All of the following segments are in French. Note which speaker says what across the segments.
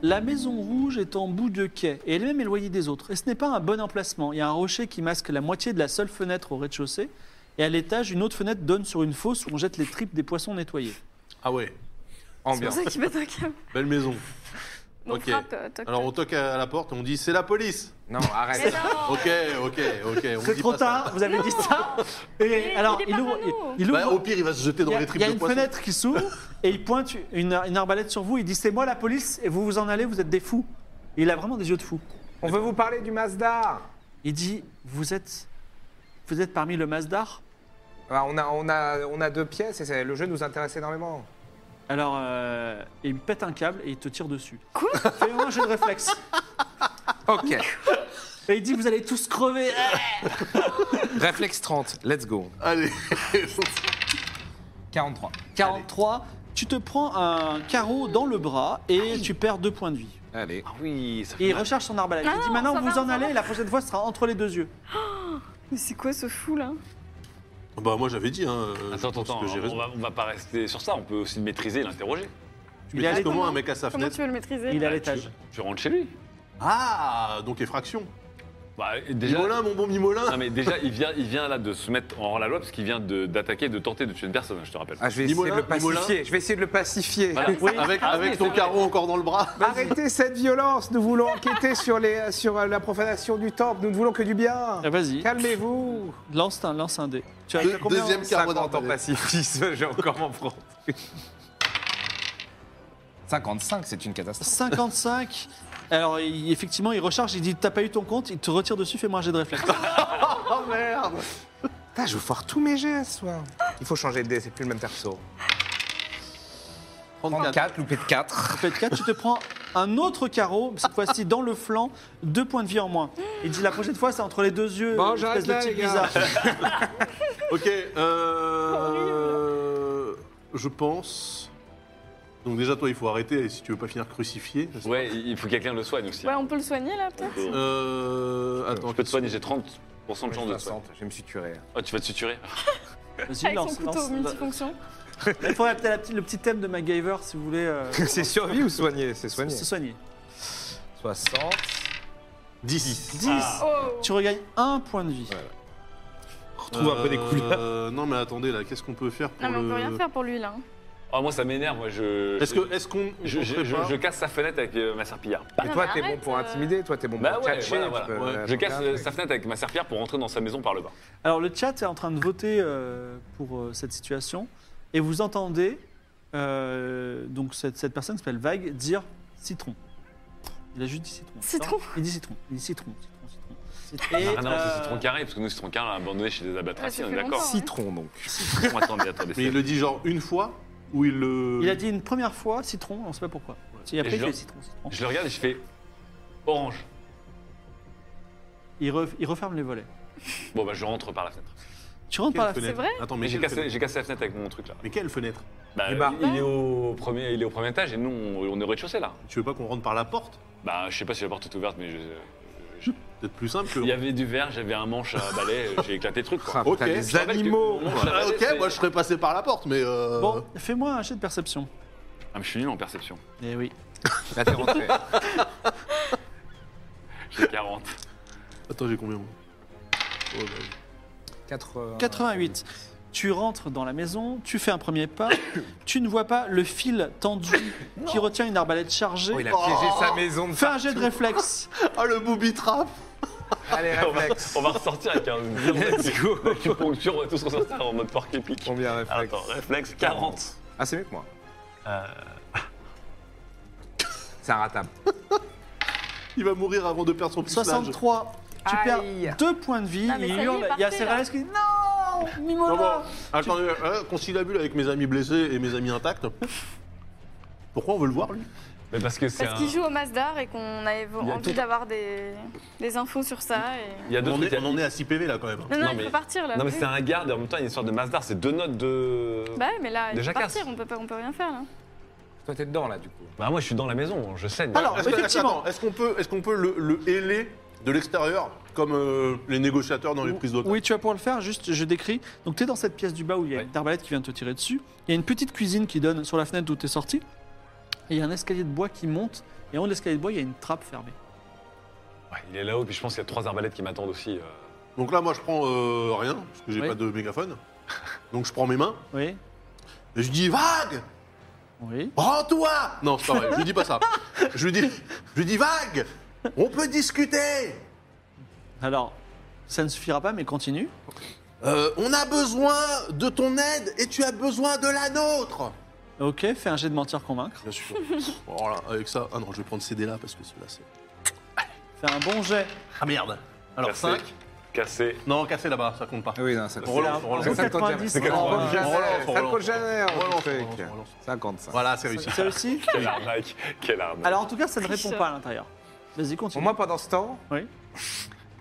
Speaker 1: La Maison Rouge est en bout de quai et elle est même éloignée des autres. Et ce n'est pas un bon emplacement. Il y a un rocher qui masque la moitié de la seule fenêtre au rez-de-chaussée. Et à l'étage, une autre fenêtre donne sur une fosse où on jette les tripes des poissons nettoyés.
Speaker 2: Ah ouais.
Speaker 3: C'est pour
Speaker 2: Ambiance.
Speaker 3: ça qu'il met un câble.
Speaker 2: Belle maison.
Speaker 3: Non,
Speaker 2: Ok.
Speaker 3: frappe, euh, toc,
Speaker 2: Alors on
Speaker 3: toc.
Speaker 2: toque à la porte et on dit c'est la police.
Speaker 4: Non,
Speaker 3: Mais
Speaker 4: arrête.
Speaker 3: non
Speaker 2: Ok, ok, ok. on
Speaker 1: C'est
Speaker 2: dit
Speaker 1: trop
Speaker 2: pas ça.
Speaker 1: tard, vous avez dit ça. Et
Speaker 3: est-
Speaker 1: alors,
Speaker 3: il est
Speaker 1: il ouvre.
Speaker 3: parano.
Speaker 1: il- il
Speaker 2: Bah,
Speaker 1: ouvre-
Speaker 2: au pire, il va se jeter
Speaker 1: Il
Speaker 2: dans
Speaker 1: y a,
Speaker 2: les tripes
Speaker 1: il y a
Speaker 2: de
Speaker 1: une
Speaker 2: poisson.
Speaker 1: fenêtre qui s'ouvre et il pointe une, une arbalète sur vous. Il dit C'est moi la police et vous vous en allez, vous êtes des fous. Et il a vraiment des yeux de fou.
Speaker 4: On veut vous parler du Mazda.
Speaker 1: Il dit Vous êtes, vous êtes parmi le Masdar
Speaker 4: Ah, on, a, on, a, on a deux pièces et c'est- le jeu nous intéresse énormément.
Speaker 1: Alors, euh, il pète un câble et il te tire dessus. Quoi Fais-moi un jeu de réflexe.
Speaker 4: Ok.
Speaker 1: Et il dit Vous allez tous crever. Ah,
Speaker 4: Réflexe 30, let's go.
Speaker 2: Allez.
Speaker 4: 43.
Speaker 1: 43, tu te prends un carreau dans le bras et tu perds deux points de vie.
Speaker 4: Allez.
Speaker 2: oui, ça
Speaker 1: Et il recherche son arbalète. il dit
Speaker 3: Ah non,
Speaker 1: Maintenant,
Speaker 3: ça
Speaker 1: vous
Speaker 3: va,
Speaker 1: en
Speaker 3: ça
Speaker 1: allez,
Speaker 3: va.
Speaker 1: la prochaine fois, ce sera entre les deux yeux.
Speaker 3: Mais c'est quoi ce fou là
Speaker 2: Bah moi j'avais dit. Hein, euh,
Speaker 5: Attends,
Speaker 2: je
Speaker 5: attends,
Speaker 2: pense
Speaker 5: attends,
Speaker 2: que j'ai
Speaker 5: on,
Speaker 2: raison.
Speaker 5: va, on va pas rester sur ça, on peut aussi le maîtriser et l'interroger.
Speaker 2: Tu
Speaker 1: Il est
Speaker 2: maîtrises
Speaker 1: allé-
Speaker 2: comment un mec à sa
Speaker 3: Comment
Speaker 2: fenêtre
Speaker 3: tu veux le maîtriser
Speaker 1: Il est à
Speaker 3: là
Speaker 1: l'étage.
Speaker 5: Tu rentres chez lui.
Speaker 2: Ah, donc effraction.
Speaker 5: Bah, et déjà,
Speaker 2: Mimolin, mon bon
Speaker 5: non,
Speaker 2: Mimolin.
Speaker 5: mais déjà il, vient, il vient là de se mettre en hors la loi parce qu'il vient de- d'attaquer, de tenter de tuer une personne, je te rappelle.
Speaker 4: Ah, je vais
Speaker 2: Limolin,
Speaker 4: essayer de le
Speaker 2: Limolin.
Speaker 4: pacifier. Je vais essayer de le pacifier.
Speaker 5: Voilà.
Speaker 2: Avec,
Speaker 5: Ah,
Speaker 2: avec ton carreau encore dans le bras.
Speaker 4: Arrêtez cette violence. Nous voulons enquêter sur, les, sur la profanation du temple. Nous ne voulons que du bien.
Speaker 1: Ah, Vas-y,
Speaker 4: Calmez-vous.
Speaker 1: lance, un- lance un dé. Tu as
Speaker 2: Deux-
Speaker 1: t'as combien en-
Speaker 2: deuxième carreau dans
Speaker 4: 50 en
Speaker 2: le bras.
Speaker 4: pacifisme, j'ai encore m'en prendre. 55, c'est une catastrophe.
Speaker 1: 55. Alors, il- effectivement, il recharge, il dit T'as pas eu ton compte, il te retire dessus, fais-moi un jet de réflexe.
Speaker 2: Oh merde.
Speaker 4: Putain, je vais foire tous mes jets ce soir. Il faut changer de dé, c'est plus le même perso. 34, loupé de 4.
Speaker 1: Faites 4, tu te prends un autre carreau, cette fois-ci dans le flanc, deux points de vie en moins. Il dit La prochaine fois, c'est entre les deux yeux,
Speaker 4: Bon,
Speaker 1: espèce
Speaker 4: j'arrête
Speaker 1: de
Speaker 4: là,
Speaker 1: type
Speaker 4: les gars.
Speaker 1: bizarre.
Speaker 2: Ok, euh, je pense. Donc déjà toi il faut arrêter et si tu veux pas finir crucifié. je sais
Speaker 5: Ouais, il faut que quelqu'un le soigne aussi.
Speaker 3: Ouais, on peut le soigner là
Speaker 5: On
Speaker 3: peut-être
Speaker 5: peut-
Speaker 2: pas. Euh, attends,
Speaker 5: Je peux te soigner, j'ai 30% de chance de te soigner.
Speaker 4: Je me suis tué.
Speaker 5: Oh, tu vas te suturer.
Speaker 1: Vas-y,
Speaker 3: Avec son
Speaker 1: lance,
Speaker 3: couteau
Speaker 1: lance.
Speaker 3: multifonction.
Speaker 1: Il faudrait peut-être la petite- le petit thème de MacGyver si vous voulez euh,
Speaker 4: C'est survie ou soigner C'est soigner. Ah.
Speaker 1: se soigner.
Speaker 4: 60.
Speaker 2: 10.
Speaker 1: 10,
Speaker 3: Oh
Speaker 1: Ah. tu regagnes un point de vie.
Speaker 4: Retrouve un peu des couleurs.
Speaker 2: Euh, non mais attendez là, qu'est-ce qu'on peut faire pour
Speaker 3: Non, mais on
Speaker 2: le-
Speaker 3: peut rien faire pour lui là. hein.
Speaker 5: Oh, moi ça m'énerve, moi je.
Speaker 2: Est-ce que est-ce qu'on
Speaker 5: je,
Speaker 2: on
Speaker 5: je-
Speaker 2: ferait
Speaker 5: je-
Speaker 2: pas-
Speaker 5: je casse sa fenêtre avec euh, ma serpillière.
Speaker 4: Et
Speaker 3: Non,
Speaker 4: toi,
Speaker 3: mais
Speaker 4: t'es bon
Speaker 3: arrête,
Speaker 4: pour
Speaker 3: euh.
Speaker 4: intimider, toi, t'es bon
Speaker 5: Bah
Speaker 4: pour
Speaker 5: ouais,
Speaker 4: tchatcher,
Speaker 5: voilà,
Speaker 4: tu
Speaker 5: voilà.
Speaker 4: peux,
Speaker 2: Ouais.
Speaker 4: euh,
Speaker 5: Je casse
Speaker 4: regarder.
Speaker 5: euh, sa fenêtre avec ma serpillière pour rentrer dans sa maison par le bas.
Speaker 1: Alors, le chat est en train de voter euh, pour euh, cette situation et vous entendez euh, donc cette, cette personne qui s'appelle Vague dire citron. Il a juste dit citron.
Speaker 3: Citron.
Speaker 1: Il dit citron. Il dit citron. Citron. Citron.
Speaker 5: Ah
Speaker 1: Et,
Speaker 5: non,
Speaker 1: euh,
Speaker 5: c'est citron carré, parce que nous, citron carré, on l'a abandonné chez des abatraciens,
Speaker 3: Ouais,
Speaker 5: on
Speaker 3: Ah, ça fait
Speaker 5: est d'accord
Speaker 4: Citron,
Speaker 3: longtemps.
Speaker 4: donc.
Speaker 5: Bon, Attendez, attendez.
Speaker 2: Mais
Speaker 5: c'est-
Speaker 2: il le dit genre une fois ou il le.
Speaker 1: Il a dit une première fois citron, on ne sait pas pourquoi. Euh, Et après,
Speaker 5: Et
Speaker 1: il
Speaker 5: je-
Speaker 1: fait citron, citron.
Speaker 5: Je le regarde et je fais orange.
Speaker 1: Il, re- il referme les volets.
Speaker 5: Bon, bah, je rentre par la fenêtre.
Speaker 1: Tu rentres
Speaker 2: Quelle
Speaker 1: par la
Speaker 2: fenêtre
Speaker 3: C'est vrai
Speaker 2: Attends
Speaker 5: Mais
Speaker 2: mais
Speaker 5: j'ai
Speaker 2: quelle
Speaker 5: cassé,
Speaker 2: fenêtre
Speaker 5: j'ai cassé la fenêtre avec mon truc là.
Speaker 2: Mais quelle fenêtre
Speaker 5: Bah,
Speaker 4: Du
Speaker 2: ben.
Speaker 4: bar.
Speaker 5: il est au premier, il est au premier étage et nous, on, on est au rez-de-chaussée là.
Speaker 2: Tu veux pas qu'on rentre par la porte
Speaker 5: Bah, je sais pas si la porte est ouverte, mais je.
Speaker 2: Peut-être plus simple. que-
Speaker 5: Il y avait du verre, j'avais un manche à balai, j'ai éclaté le truc. Quoi.
Speaker 4: Ah, putain,
Speaker 2: Ok,
Speaker 4: les
Speaker 2: je
Speaker 5: rappelle que-
Speaker 4: animaux.
Speaker 5: Bon,
Speaker 2: Ah,
Speaker 5: je-
Speaker 2: ok, moi je serais passé par la porte, mais. Euh...
Speaker 1: Bon, fais-moi un jet de perception.
Speaker 5: Ah, mais je suis nul en perception.
Speaker 1: Eh oui.
Speaker 4: Là, t'es rentré.
Speaker 5: J'ai 40.
Speaker 2: Attends, j'ai combien moi Oh, bah,
Speaker 4: 80.
Speaker 1: 88. Ah, Tu rentres dans la maison, tu fais un premier pas, tu ne vois pas le fil tendu qui retient une arbalète chargée.
Speaker 4: Oh, il a piégé sa maison de
Speaker 1: Fais un jet de réflexe.
Speaker 2: Ah le booby trap
Speaker 4: Allez,
Speaker 5: on, va,
Speaker 4: réflexe.
Speaker 5: on va ressortir avec un.
Speaker 4: Let's go.
Speaker 5: Acupuncture, on va tous ressortir en mode porc épique.
Speaker 4: Combien réflexe
Speaker 5: Attends, réflexe 40.
Speaker 4: Ah, c'est mieux que moi.
Speaker 5: Euh.
Speaker 4: C'est un ratable.
Speaker 2: Il va mourir avant de perdre son petit
Speaker 1: 63. Tu
Speaker 4: Aïe.
Speaker 1: perds deux points de vie.
Speaker 3: Non, mais
Speaker 1: il
Speaker 3: ça y est,
Speaker 1: hurle. Il y a
Speaker 3: partez,
Speaker 1: Cérès qui dit Non Mimola
Speaker 2: Attendez, euh, conciliabule avec mes amis blessés et mes amis intacts. Pourquoi on veut le voir, lui
Speaker 5: Mais parce que c'est
Speaker 3: Parce
Speaker 5: un...
Speaker 3: qu'il joue au Masdar et qu'on a évo-
Speaker 5: Il y a
Speaker 3: envie
Speaker 5: tout-
Speaker 3: d'avoir des... des infos sur ça. Et...
Speaker 5: Il y a deux
Speaker 2: on en,
Speaker 5: trucs.
Speaker 2: est, on en est à 6 PV, là, quand même.
Speaker 3: Non, non,
Speaker 5: Non,
Speaker 3: il
Speaker 5: mais-
Speaker 3: faut partir là.
Speaker 5: Non, mais c'est un garde et en même temps, il y a une histoire de Masdar. C'est deux notes de.
Speaker 3: Bah ouais, mais là, il
Speaker 5: Déjà
Speaker 3: faut partir,
Speaker 5: casse.
Speaker 3: on peut, pas- on peut rien faire là.
Speaker 4: Toi, t'es dedans, là, du coup.
Speaker 5: Bah, moi, je suis dans la maison, je saigne.
Speaker 1: Alors,
Speaker 2: Est-ce Ah, que-
Speaker 1: effectivement.
Speaker 2: attends, Est-ce qu'on peut, est qu'on peut le, le héler de l'extérieur, comme euh, les négociateurs dans les prises d'otages
Speaker 1: Oui, tu vas pouvoir le faire, juste je décris. Donc tu es dans cette pièce du bas où il y a
Speaker 5: Ouais.
Speaker 1: une arbalète qui vient te tirer dessus. Il y a une petite cuisine qui donne sur la fenêtre d'où tu es sorti. Et il y a un escalier de bois qui monte. Et en haut de l'escalier de bois, il y a une trappe fermée.
Speaker 5: Ouais, il est là-haut, puis je pense qu'il y a trois arbalètes qui m'attendent aussi. euh.
Speaker 2: Donc là, moi, je prends euh, rien, parce que j'ai
Speaker 1: Oui.
Speaker 2: pas de mégaphone. Donc je prends mes mains
Speaker 1: Oui,
Speaker 2: et je dis Vague
Speaker 1: oui.
Speaker 2: Rends-toi Non, c'est pas vrai, je lui dis pas ça. Je lui dis, je lui dis Vague On peut discuter
Speaker 1: Alors, ça ne suffira pas, mais continue.
Speaker 2: Euh, On a besoin de ton aide et tu as besoin de la nôtre
Speaker 1: Ok, fais un jet de mentir convaincre.
Speaker 2: Bien sûr. Voilà, avec ça. Ah non, je vais prendre CD là parce que celui-là c'est.
Speaker 1: Fais un bon jet.
Speaker 2: Ah merde Alors
Speaker 5: Cassé.
Speaker 2: 5
Speaker 5: Cassé.
Speaker 2: Non, café là-bas, ça compte pas.
Speaker 4: Ah Oui, non, ça
Speaker 2: On relance, on relance.
Speaker 1: C'est
Speaker 4: Ça
Speaker 1: un
Speaker 4: compte jamais.
Speaker 1: 90.
Speaker 4: Ça
Speaker 5: C'est
Speaker 4: compte
Speaker 2: On relance, on
Speaker 4: jamais.
Speaker 5: 90.
Speaker 4: Ça
Speaker 2: relance.
Speaker 4: compte jamais.
Speaker 2: On relance,
Speaker 4: truc.
Speaker 2: on relance, on relance.
Speaker 4: Ça compte, ça.
Speaker 2: Voilà, c'est réussi.
Speaker 1: Ça aussi
Speaker 5: Quelle arnaque. Quelle arnaque.
Speaker 1: Alors en tout cas, ça ne répond pas à l'intérieur. Vas-y,
Speaker 4: Pour
Speaker 1: continue.
Speaker 4: moi, pendant ce temps,
Speaker 1: Oui.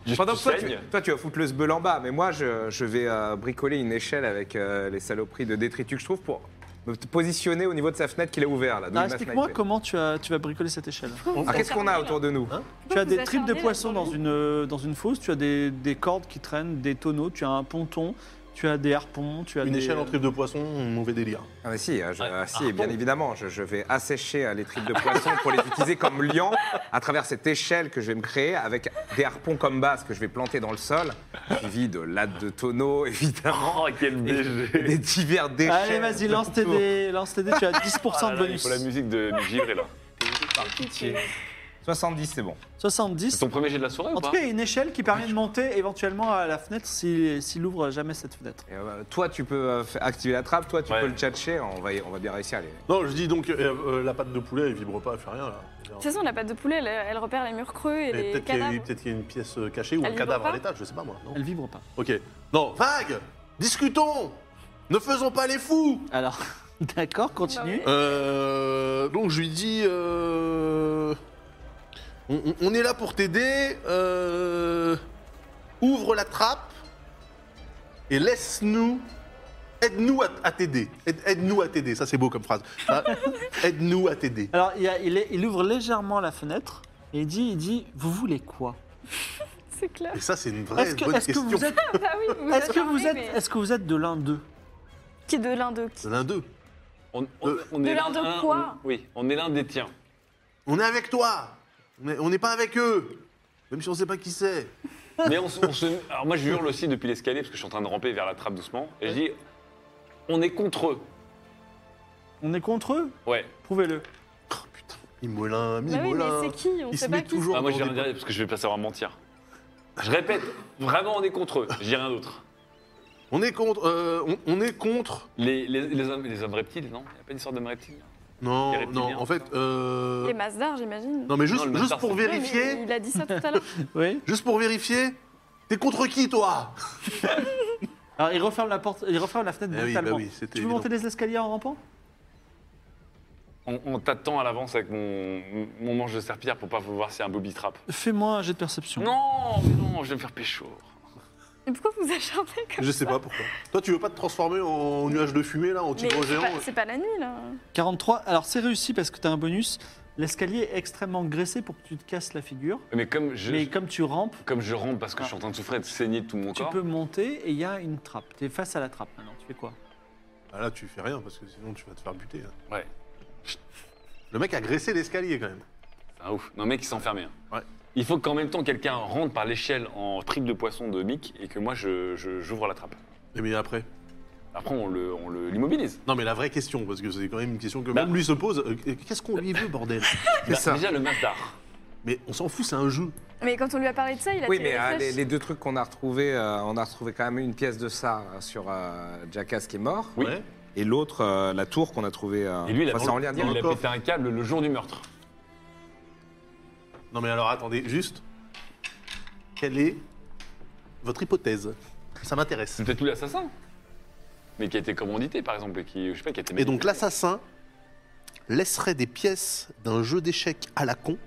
Speaker 5: Juste,
Speaker 4: pendant
Speaker 5: tu
Speaker 4: que toi, tu,
Speaker 5: saignes.
Speaker 4: toi, tu vas foutre le sbeul en bas, mais moi, je, je vais euh, bricoler une échelle avec euh, les saloperies de détritus que je trouve pour me t- positionner au niveau de sa fenêtre qu'il a ouvert là. d'où
Speaker 1: Alors,
Speaker 4: il m'a
Speaker 1: Explique-moi
Speaker 4: snipé.
Speaker 1: comment tu, as- tu vas bricoler cette échelle.
Speaker 4: Alors, qu'est-ce qu'on a autour de nous
Speaker 1: Tu as
Speaker 3: vous
Speaker 1: des
Speaker 3: attardez
Speaker 1: tripes de
Speaker 3: là,
Speaker 1: poisson dans
Speaker 3: attendez.
Speaker 1: une, euh, dans une fosse, tu as des, des cordes qui traînent, des tonneaux, tu as un ponton, tu as des harpons, tu as
Speaker 2: Une
Speaker 1: des-
Speaker 2: échelle en trip de poisson, mauvais délire.
Speaker 4: Ah, mais si, euh, je-
Speaker 5: Ouais.
Speaker 4: ah, si
Speaker 5: Ah,
Speaker 4: bien
Speaker 5: bon.
Speaker 4: évidemment, je, je vais assécher euh, les tripes de poisson pour les utiliser comme liant à travers cette échelle que je vais me créer avec des harpons comme base que je vais planter dans le sol, suivi de lattes de tonneaux, évidemment,
Speaker 5: Oh, quel BG.
Speaker 4: des divers déchets.
Speaker 1: Allez, vas-y, lance tes dés, lance tes dés, tu as 10%
Speaker 5: Ah là
Speaker 1: de
Speaker 5: là, Il
Speaker 1: bonus.
Speaker 5: faut la musique de Givré là.
Speaker 3: Pitié.
Speaker 4: 70, c'est bon.
Speaker 5: C'est
Speaker 1: 70.
Speaker 5: ton premier jet de la soirée ou
Speaker 1: En
Speaker 5: pas
Speaker 1: tout cas, il y a une échelle qui permet de monter éventuellement à la fenêtre s'il s'il ouvre jamais cette fenêtre.
Speaker 4: Et, euh, toi, tu peux euh, fa- activer la trappe, toi, tu
Speaker 5: Ouais.
Speaker 4: peux le tchatcher, on va, y- on va bien réussir. Les...
Speaker 2: Non, je dis donc, euh, euh, la patte de poulet, elle vibre pas, elle fait rien là.
Speaker 3: De toute façon, la patte de poulet, elle, elle repère les murs creux
Speaker 2: Mais
Speaker 3: et, les
Speaker 2: Peut-être qu'il y, a-
Speaker 3: cadavres.
Speaker 2: peut-être qu'il y a une pièce euh, cachée ou
Speaker 3: Elle
Speaker 2: un
Speaker 3: vibre
Speaker 2: cadavre
Speaker 3: pas
Speaker 2: à l'étage, je sais pas moi. Non
Speaker 1: Elle vibre pas.
Speaker 2: ok. Non, vague Discutons Ne faisons pas les fous
Speaker 1: Alors, d'accord, continue.
Speaker 3: Bah
Speaker 2: Euh, Donc je lui dis. euh, on, on- on est là pour t'aider. euh, Ouvre la trappe et laisse-nous. Aide-nous à, à t'aider. Aide- Aide-nous à t'aider. Ça, c'est beau comme phrase. Ça, Aide-nous à t'aider.
Speaker 1: Alors, il, y a- il est- il ouvre légèrement la fenêtre et il dit, il dit Vous voulez quoi
Speaker 3: C'est clair.
Speaker 2: Et ça, c'est une vraie
Speaker 1: Est-ce que,
Speaker 2: bonne
Speaker 1: est-ce que
Speaker 2: question.
Speaker 1: vous êtes,
Speaker 3: Bah oui, vous
Speaker 1: est-ce que
Speaker 3: armés,
Speaker 1: vous êtes,
Speaker 3: mais-
Speaker 1: est-ce que vous êtes de l'un d'eux
Speaker 3: Qui est de l'un d'eux qui-
Speaker 2: C'est l'un d'eux.
Speaker 5: On, on-
Speaker 2: Euh,
Speaker 5: on
Speaker 3: de
Speaker 5: est
Speaker 3: l'un de
Speaker 5: un-
Speaker 3: quoi
Speaker 5: on- Oui, on est l'un des tiens.
Speaker 2: On est avec toi. On est- On n'est pas avec eux. Même si on ne sait pas qui c'est.
Speaker 5: Mais on, se- on se- Alors moi, je hurle aussi depuis l'escalier parce que je suis en train de ramper vers la trappe doucement. Et je dis, on est contre eux.
Speaker 1: On est contre eux
Speaker 5: Ouais.
Speaker 1: Prouvez-le.
Speaker 2: Oh, Mimolin,
Speaker 3: Bah oui, mais
Speaker 2: Mimolin.
Speaker 3: c'est qui On
Speaker 2: Il
Speaker 3: sait
Speaker 2: se
Speaker 3: pas
Speaker 2: met
Speaker 3: qui.
Speaker 2: toujours
Speaker 5: Ah, moi,
Speaker 2: dans
Speaker 5: j'ai
Speaker 2: des-
Speaker 5: rien dire parce que je vais pas savoir mentir. Je répète, vraiment, on est contre eux. Je dis rien d'autre.
Speaker 2: On est contre. euh, on, on est contre.
Speaker 5: Les, les, les hommes, les hommes reptiles, non Il n'y a pas une sorte d'homme reptile Les
Speaker 2: Non,
Speaker 5: reptiliens.
Speaker 2: non. En fait, euh,
Speaker 3: Les Masdar, j'imagine.
Speaker 2: non, mais juste,
Speaker 5: Non, le
Speaker 2: juste
Speaker 5: bâtard,
Speaker 2: pour
Speaker 5: c'est-
Speaker 3: Ouais, mais
Speaker 2: vérifier.
Speaker 3: Il a dit ça tout à l'heure.
Speaker 1: Oui.
Speaker 2: Juste pour vérifier. T'es contre qui, toi
Speaker 1: Alors, il referme la porte, il referme la fenêtre
Speaker 2: Eh oui,
Speaker 1: brutalement.
Speaker 2: bah oui, c'était
Speaker 1: tu veux monter les escaliers en rampant
Speaker 5: On, on t'attend à l'avance avec mon, mon manche de serpillère pour pas voir s'il y a un booby trap.
Speaker 1: Fais-moi un jet de perception.
Speaker 5: Non, mais non, je vais me faire pécho.
Speaker 3: Mais pourquoi vous acharnez comme
Speaker 2: Je sais pas pourquoi. Toi, tu veux pas te transformer en nuage de fumée là, en
Speaker 3: Mais
Speaker 2: tigre
Speaker 3: c'est
Speaker 2: géant
Speaker 3: pas, c'est pas la nuit là.
Speaker 1: 43. Alors, c'est réussi parce que tu as un bonus. L'escalier est extrêmement graissé pour que tu te casses la figure.
Speaker 5: Mais comme je,
Speaker 1: Mais comme tu rampes,
Speaker 5: comme je rentre parce que je suis en train de souffrir et de saigner de tout mon
Speaker 1: tu
Speaker 5: corps.
Speaker 1: peux monter et il y a une trappe. Tu es face à la trappe maintenant. Tu fais quoi
Speaker 2: Ah, Là, tu fais rien parce que sinon tu vas te faire buter. hein.
Speaker 5: Ouais,
Speaker 2: Le mec a graissé l'escalier quand même.
Speaker 5: c'est un ah ouf. Non, mec, il s'est enfermé. hein.
Speaker 2: Ouais.
Speaker 5: Il faut qu'en même temps, quelqu'un rentre par l'échelle en tripe de poisson de Mick et que moi, je- je- j'ouvre la trappe.
Speaker 2: Et mais après
Speaker 5: Après, on le- on le- l'immobilise.
Speaker 2: Non, mais la vraie question, parce que c'est quand même une question que
Speaker 5: Bah.
Speaker 2: même lui se pose. euh, Qu'est-ce qu'on lui veut, bordel
Speaker 5: Bah,
Speaker 4: ça.
Speaker 5: Déjà, le masdar.
Speaker 2: Mais on s'en fout, c'est un jeu.
Speaker 3: Mais quand on lui a parlé de ça, il a
Speaker 4: Oui,
Speaker 3: tiré
Speaker 4: mais
Speaker 3: des
Speaker 4: euh, les,
Speaker 3: flèches.
Speaker 4: les deux trucs qu'on a retrouvés, euh, on a retrouvé quand même une pièce de ça euh, sur euh, Jackass qui est mort.
Speaker 5: Oui.
Speaker 2: Ouais.
Speaker 4: et l'autre, euh, la tour qu'on a trouvée. euh,
Speaker 5: Et lui, il a,
Speaker 4: enfin, c'est en lien direct.
Speaker 5: il a
Speaker 2: coffre.
Speaker 5: pété un câble le jour du meurtre.
Speaker 2: Non mais alors attendez, juste. Quelle est votre hypothèse Ça m'intéresse.
Speaker 5: C'est peut-être lui l'assassin. Mais qui a été commandité, par exemple, et qui, je sais pas, qui a été.
Speaker 2: Et donc l'assassin laisserait des pièces d'un jeu d'échecs à la con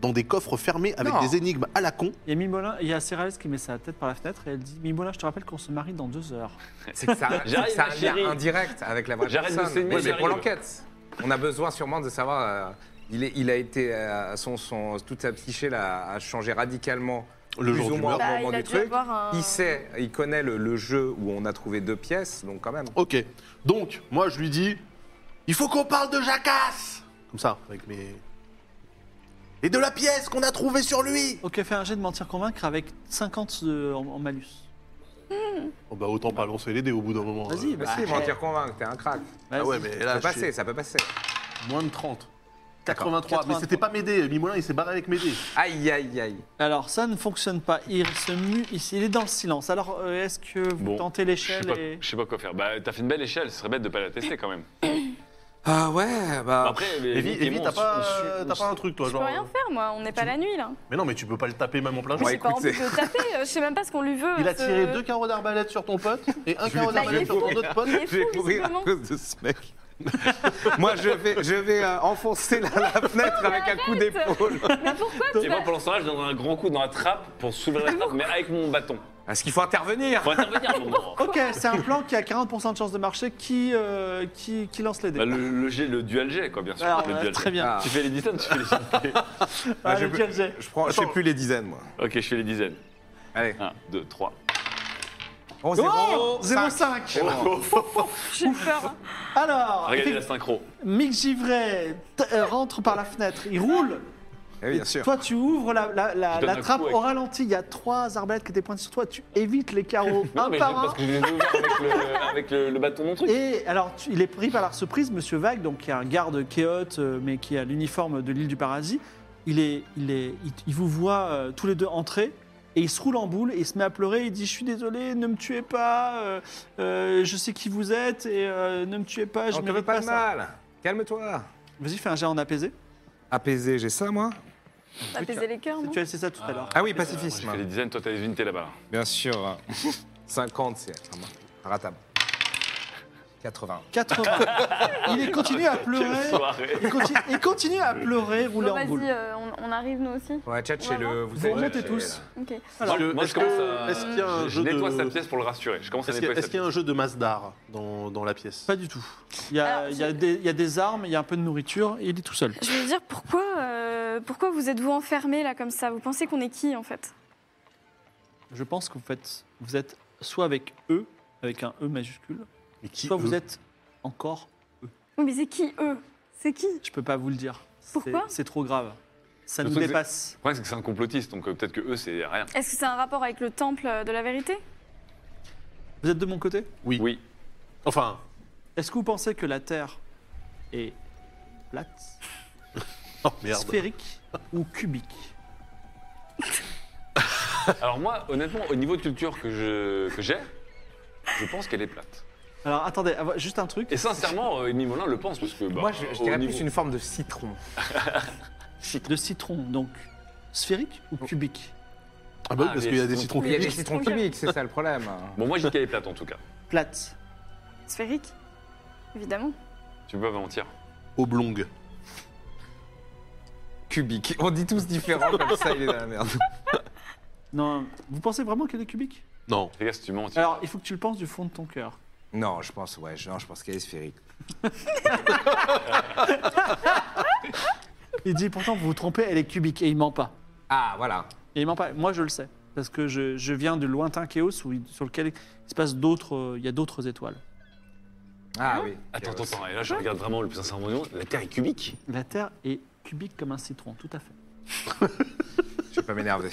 Speaker 2: dans des coffres fermés avec
Speaker 4: Non.
Speaker 2: des énigmes à la con.
Speaker 1: Il y a Mimolin, il y a Cérales qui met sa tête par la fenêtre et elle dit Mimolin, je te rappelle qu'on se marie dans deux heures.
Speaker 4: C'est que ça,
Speaker 5: J'arrive,
Speaker 4: c'est un
Speaker 5: ma chérie.
Speaker 4: lien indirect avec la vraie
Speaker 5: J'arrête de
Speaker 4: personne.
Speaker 5: saigner,
Speaker 4: Oui, mais
Speaker 5: j'arrive.
Speaker 4: pour l'enquête, on a besoin sûrement de savoir. euh, il, est- il a été euh, son, son toute sa psyché là, a changé radicalement.
Speaker 2: Le
Speaker 4: plus
Speaker 2: jour
Speaker 4: ou
Speaker 2: du
Speaker 4: moins au
Speaker 3: meurtre. Bah,
Speaker 4: moment
Speaker 3: il a
Speaker 4: du
Speaker 3: dû
Speaker 4: truc.
Speaker 3: avoir un-
Speaker 4: Il sait, il connaît le, le jeu où on a trouvé deux pièces, donc quand même.
Speaker 2: Ok. Donc moi je lui dis, il faut qu'on parle de Jacasse. Comme ça, avec mes. Et de la pièce qu'on a trouvée sur lui.
Speaker 1: Ok, fais un jet de mentir convaincre avec 50 de- en, en malus.
Speaker 2: Oh bah autant pas lancer les dés au bout d'un moment.
Speaker 1: Vas-y,
Speaker 2: Euh,
Speaker 1: bah,
Speaker 4: Vas-y, mentir convaincre, t'es un crack.
Speaker 2: Ah ouais, mais là,
Speaker 4: ça
Speaker 2: je
Speaker 4: peut
Speaker 2: suis-
Speaker 4: passer, ça peut passer.
Speaker 2: Moins de 30. 83.
Speaker 4: D'accord.
Speaker 2: Mais c'était pas Médée. Mimolin, il s'est barré avec Médée.
Speaker 4: Aïe, aïe, aïe.
Speaker 1: Alors ça ne fonctionne pas. Il se mue ici. Il est dans le silence. Alors euh, est-ce que vous
Speaker 5: Bon,
Speaker 1: tentez
Speaker 5: Je sais
Speaker 1: l'échelle
Speaker 5: pas,
Speaker 1: et...
Speaker 5: je sais pas quoi faire. Bah, t'as fait une belle échelle, ce serait bête de pas la tester quand même.
Speaker 4: Ah ouais, bah.
Speaker 5: Après, les-
Speaker 2: Evie,
Speaker 5: les
Speaker 2: Evie,
Speaker 5: démons,
Speaker 2: t'as
Speaker 5: on-
Speaker 2: pas,
Speaker 5: on suit-
Speaker 2: euh,
Speaker 5: on
Speaker 2: t'as
Speaker 5: suit-
Speaker 2: pas un truc, toi,
Speaker 3: Je
Speaker 2: genre.
Speaker 3: peux rien faire, moi, on n'est pas la nuit là.
Speaker 2: Mais non, mais tu peux pas le taper même en plein
Speaker 3: Mais
Speaker 2: jour.
Speaker 4: Ouais,
Speaker 3: J'ai pas envie
Speaker 4: écoutez.
Speaker 3: de le taper, euh, je sais même pas ce qu'on lui veut.
Speaker 2: Il a
Speaker 3: ce-
Speaker 2: tiré deux carreaux d'arbalète sur ton pote et un carreau
Speaker 3: Bah, il est
Speaker 2: d'arbalète sur ton
Speaker 3: fou.
Speaker 2: autre pote.
Speaker 3: Il est
Speaker 4: Je vais
Speaker 3: fou,
Speaker 4: mourir à
Speaker 3: visiblement.
Speaker 4: cause de ce mec. Moi, je vais, je vais euh, enfoncer la, la fenêtre avec un coup
Speaker 3: arrête.
Speaker 4: d'épaule.
Speaker 3: Mais pourquoi tu
Speaker 5: Et
Speaker 3: vas-
Speaker 5: moi, pour l'instant, là, je donne un grand coup dans la trappe pour soulever la trappe, mais avec mon bâton.
Speaker 4: Est-ce qu'il faut intervenir
Speaker 5: Faut intervenir à un moment.
Speaker 1: Ok, c'est un plan qui a 40% de chance de marcher. Qui, euh, qui, qui lance les dés
Speaker 5: Bah, le, le, jet- le duel jet, quoi, bien sûr.
Speaker 1: Alors,
Speaker 5: le
Speaker 1: euh,
Speaker 5: duel
Speaker 1: Très
Speaker 5: jet.
Speaker 1: bien.
Speaker 4: Ah.
Speaker 5: Tu fais les dizaines, tu fais les centaines.
Speaker 1: Ah,
Speaker 4: Bah, je
Speaker 1: lequel j'ai
Speaker 4: Je prends, je sais plus les dizaines, moi.
Speaker 2: Ah.
Speaker 5: Ok, je fais les dizaines.
Speaker 4: Allez.
Speaker 5: 1, 2, 3.
Speaker 4: Oh,
Speaker 1: Oh, 0,5
Speaker 4: cinq. C'est bon.
Speaker 3: J'ai peur. hein.
Speaker 2: Ah.
Speaker 1: Alors,
Speaker 5: Regardez la synchro.
Speaker 1: Mick Givray t- euh, rentre par la fenêtre, il roule.
Speaker 4: Eh oui, bien sûr.
Speaker 1: Toi, tu ouvres la, la- la-
Speaker 5: Je donne
Speaker 1: la
Speaker 5: un
Speaker 1: trappe
Speaker 5: coup avec-
Speaker 1: au ralenti. Il y a trois arbalètes qui étaient pointées sur toi. Tu évites les carreaux
Speaker 2: Ah,
Speaker 5: Non,
Speaker 1: un
Speaker 5: mais je-
Speaker 1: par
Speaker 5: parce
Speaker 1: un.
Speaker 5: que je les ai ouverts avec le, avec le- le bâton de mon truc.
Speaker 1: Et alors, tu- il est pris par la surprise, Monsieur Vague, donc qui est un garde kéote, euh, mais qui a l'uniforme de l'île du paradis. Il, est, il, est, il, il vous voit euh, tous les deux entrer. Et il se roule en boule et il se met à pleurer. Il dit Je suis désolé, ne me tuez pas. euh, euh, je sais qui vous êtes et euh, ne me tuez pas. Je
Speaker 4: On
Speaker 1: ne
Speaker 4: te veut
Speaker 1: mérite
Speaker 4: pas
Speaker 1: pas,
Speaker 4: de
Speaker 1: ça.
Speaker 4: mal. Calme-toi.
Speaker 1: Vas-y, fais un jet en apaisé.
Speaker 4: Apaisé, j'ai ça, moi
Speaker 3: Apaiser les cœurs, non
Speaker 1: Tu as laissé ça tout à l'heure.
Speaker 4: Ah oui,
Speaker 5: Moi, j'ai
Speaker 4: pacifisme.
Speaker 5: fait les dizaines, toi, t'as les unités là-bas.
Speaker 4: Bien sûr. hein. 50, c'est hein, ratable. 80.
Speaker 1: 80. Il est- continue à pleurer.
Speaker 5: Quelle soirée
Speaker 1: Il continue, il continue à pleurer, rouler
Speaker 3: Bon,
Speaker 1: en
Speaker 3: vas-y,
Speaker 1: boule.
Speaker 3: euh, on, on arrive nous aussi.
Speaker 4: Ouais, chez le. Vous,
Speaker 1: Vous remontez tous.
Speaker 3: Ok.
Speaker 1: Alors,
Speaker 5: Moi, je- moi, je
Speaker 2: est-ce que-
Speaker 5: commence à.
Speaker 2: est-ce qu'il y a un
Speaker 5: je- je
Speaker 2: jeu de-
Speaker 5: nettoie sa pièce pour le rassurer. Je commence à
Speaker 2: Est-ce qu'il y,
Speaker 5: nettoyer
Speaker 2: a- est-ce
Speaker 5: sa
Speaker 2: qu'il y a
Speaker 5: pièce.
Speaker 2: un jeu de masse d'art dans, dans la pièce
Speaker 1: Pas du tout. Il y, a,
Speaker 3: Alors,
Speaker 1: il y a des, il y a des armes, il y a un peu de nourriture, et il est tout seul.
Speaker 3: Je veux dire, pourquoi, euh, pourquoi vous êtes-vous enfermés là comme ça Vous pensez qu'on est qui en fait
Speaker 1: Je pense que vous, faites, vous êtes soit avec eux, avec un E majuscule,
Speaker 2: Mais qui E euh,
Speaker 1: soit vous
Speaker 2: eux
Speaker 1: êtes encore.
Speaker 3: Oui, mais c'est qui eux C'est qui
Speaker 1: Je peux pas vous le dire. C'est-
Speaker 3: Pourquoi
Speaker 1: C'est trop grave. Ça
Speaker 5: Le
Speaker 1: nous
Speaker 5: truc, c'est-
Speaker 1: dépasse.
Speaker 5: Le problème, c'est que c'est un complotiste, donc euh, peut-être que eux, c'est rien.
Speaker 3: Est-ce que c'est un rapport avec le temple euh, de la vérité
Speaker 1: Vous êtes de mon côté
Speaker 5: Oui.
Speaker 2: Enfin,
Speaker 1: Est-ce que vous pensez que la Terre est plate,
Speaker 2: oh merde.
Speaker 1: sphérique ou cubique
Speaker 5: Alors, moi, honnêtement, au niveau de culture que je- que j'ai, je pense qu'elle est plate.
Speaker 1: Alors attendez, avant- juste un truc.
Speaker 5: Et sincèrement, euh, Mimolin le pense, parce que. bah,
Speaker 4: Moi, je, je
Speaker 5: au
Speaker 4: dirais
Speaker 5: niveau-
Speaker 4: plus une forme de citron.
Speaker 1: De citron, donc sphérique ou
Speaker 2: Oh.
Speaker 1: cubique
Speaker 2: Ah bah oui,
Speaker 5: Ah,
Speaker 2: parce
Speaker 5: mais
Speaker 2: qu'il y a
Speaker 5: c'est
Speaker 2: des
Speaker 5: bon.
Speaker 2: citrons
Speaker 4: Il y a des
Speaker 2: publics.
Speaker 4: citrons cubiques, c'est ça le problème. hein.
Speaker 5: Bon, moi, je dis qu'elle est plate en tout cas.
Speaker 1: Plate.
Speaker 3: Sphérique Évidemment.
Speaker 5: Tu peux pas mentir.
Speaker 2: Oblongues.
Speaker 4: Cubique. On dit tous différents, comme ça, il est dans la merde.
Speaker 1: Non, vous pensez vraiment qu'elle est cubique
Speaker 2: Non.
Speaker 5: Fais gaffe si tu mens. tu-
Speaker 1: Alors, il faut que tu le penses du fond de ton cœur.
Speaker 4: Non, je pense, ouais, je, non, je pense qu'elle est sphérique.
Speaker 1: Il dit pourtant vous vous trompez, elle est cubique et il ment pas.
Speaker 4: Ah, voilà.
Speaker 1: Et il ment pas. Moi, je le sais parce que je, je viens du lointain chaos où il- sur lequel il se passe d'autres, euh, il y a d'autres étoiles.
Speaker 4: Ah oui.
Speaker 5: Attends,
Speaker 4: Ok,
Speaker 5: attends, attends. Et là, je regarde vraiment le plus sincèrement du monde. La Terre est cubique.
Speaker 1: La Terre est cubique comme un citron, tout à fait.
Speaker 4: ouais, Je vais pas m'énerver.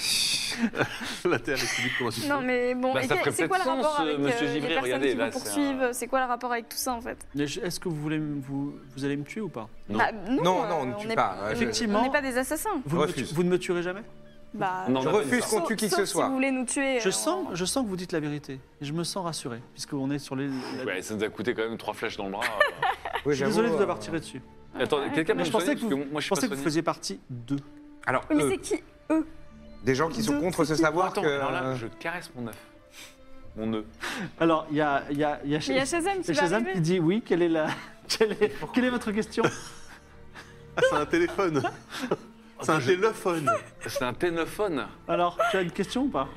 Speaker 2: La terre est publique comme un citron.
Speaker 3: Non, mais bon,
Speaker 5: Bah,
Speaker 3: et
Speaker 5: ça
Speaker 3: que-
Speaker 5: ferait
Speaker 3: c'est quoi le
Speaker 5: peut-être
Speaker 3: rapport
Speaker 5: sens, euh,
Speaker 3: avec
Speaker 5: monsieur
Speaker 3: euh, les
Speaker 5: Givry,
Speaker 3: personnes
Speaker 5: regardez,
Speaker 3: qui
Speaker 5: là,
Speaker 3: vous
Speaker 5: c'est un-
Speaker 3: poursuivent euh, C'est quoi le rapport avec tout ça en fait
Speaker 1: Mais je- Est-ce que vous voulez, me- vous, vous allez me tuer ou pas
Speaker 5: Non.
Speaker 3: Bah, non,
Speaker 4: Non, non,
Speaker 3: euh,
Speaker 4: on ne tue
Speaker 3: n'est-
Speaker 4: pas. Ouais, je-
Speaker 3: On
Speaker 1: Effectivement.
Speaker 3: n'est pas des assassins.
Speaker 1: vous ne, me,
Speaker 4: Refuse.
Speaker 1: tu- vous ne me tuerez jamais.
Speaker 3: Bah,
Speaker 5: Non,
Speaker 4: Je
Speaker 5: non,
Speaker 4: refuse
Speaker 5: non.
Speaker 4: qu'on tue qui que
Speaker 3: sauf
Speaker 4: ce
Speaker 3: Si
Speaker 4: soit.
Speaker 3: vous voulez nous tuer.
Speaker 1: Je
Speaker 3: euh,
Speaker 1: sens, je sens que vous dites la vérité. Et je me sens rassuré, puisqu'on est sur les.
Speaker 5: Ouais, ça nous a coûté quand même trois flèches dans le bras.
Speaker 4: Oui,
Speaker 1: Je suis
Speaker 4: j'avoue,
Speaker 1: désolé de vous
Speaker 4: euh,
Speaker 1: avoir tiré dessus.
Speaker 5: Attendez, quelqu'un peut
Speaker 1: Mais je
Speaker 5: me soigner
Speaker 1: pensais que
Speaker 5: Parce
Speaker 1: vous,
Speaker 5: que
Speaker 1: je
Speaker 5: moi, je suis pas
Speaker 1: pensais que vous
Speaker 5: soigné.
Speaker 1: faisiez partie d'eux.
Speaker 4: Alors,
Speaker 3: Mais
Speaker 4: eux,
Speaker 3: c'est qui eux
Speaker 4: des gens qui sont
Speaker 3: Deux,
Speaker 4: contre ce savoir
Speaker 5: Attends,
Speaker 4: que.
Speaker 5: alors là, je caresse mon œuf. Mon œuf.
Speaker 1: Alors, il y a, il y a, il y a
Speaker 3: Mais Il y a Shazam qui
Speaker 1: c'est
Speaker 3: va
Speaker 1: Shazam
Speaker 3: arriver.
Speaker 1: qui dit oui. Quelle est la. Quelle est, quelle est votre question
Speaker 2: Ah, c'est un téléphone. c'est un téléphone.
Speaker 5: C'est un ténophone.
Speaker 1: Alors, tu as une question ou pas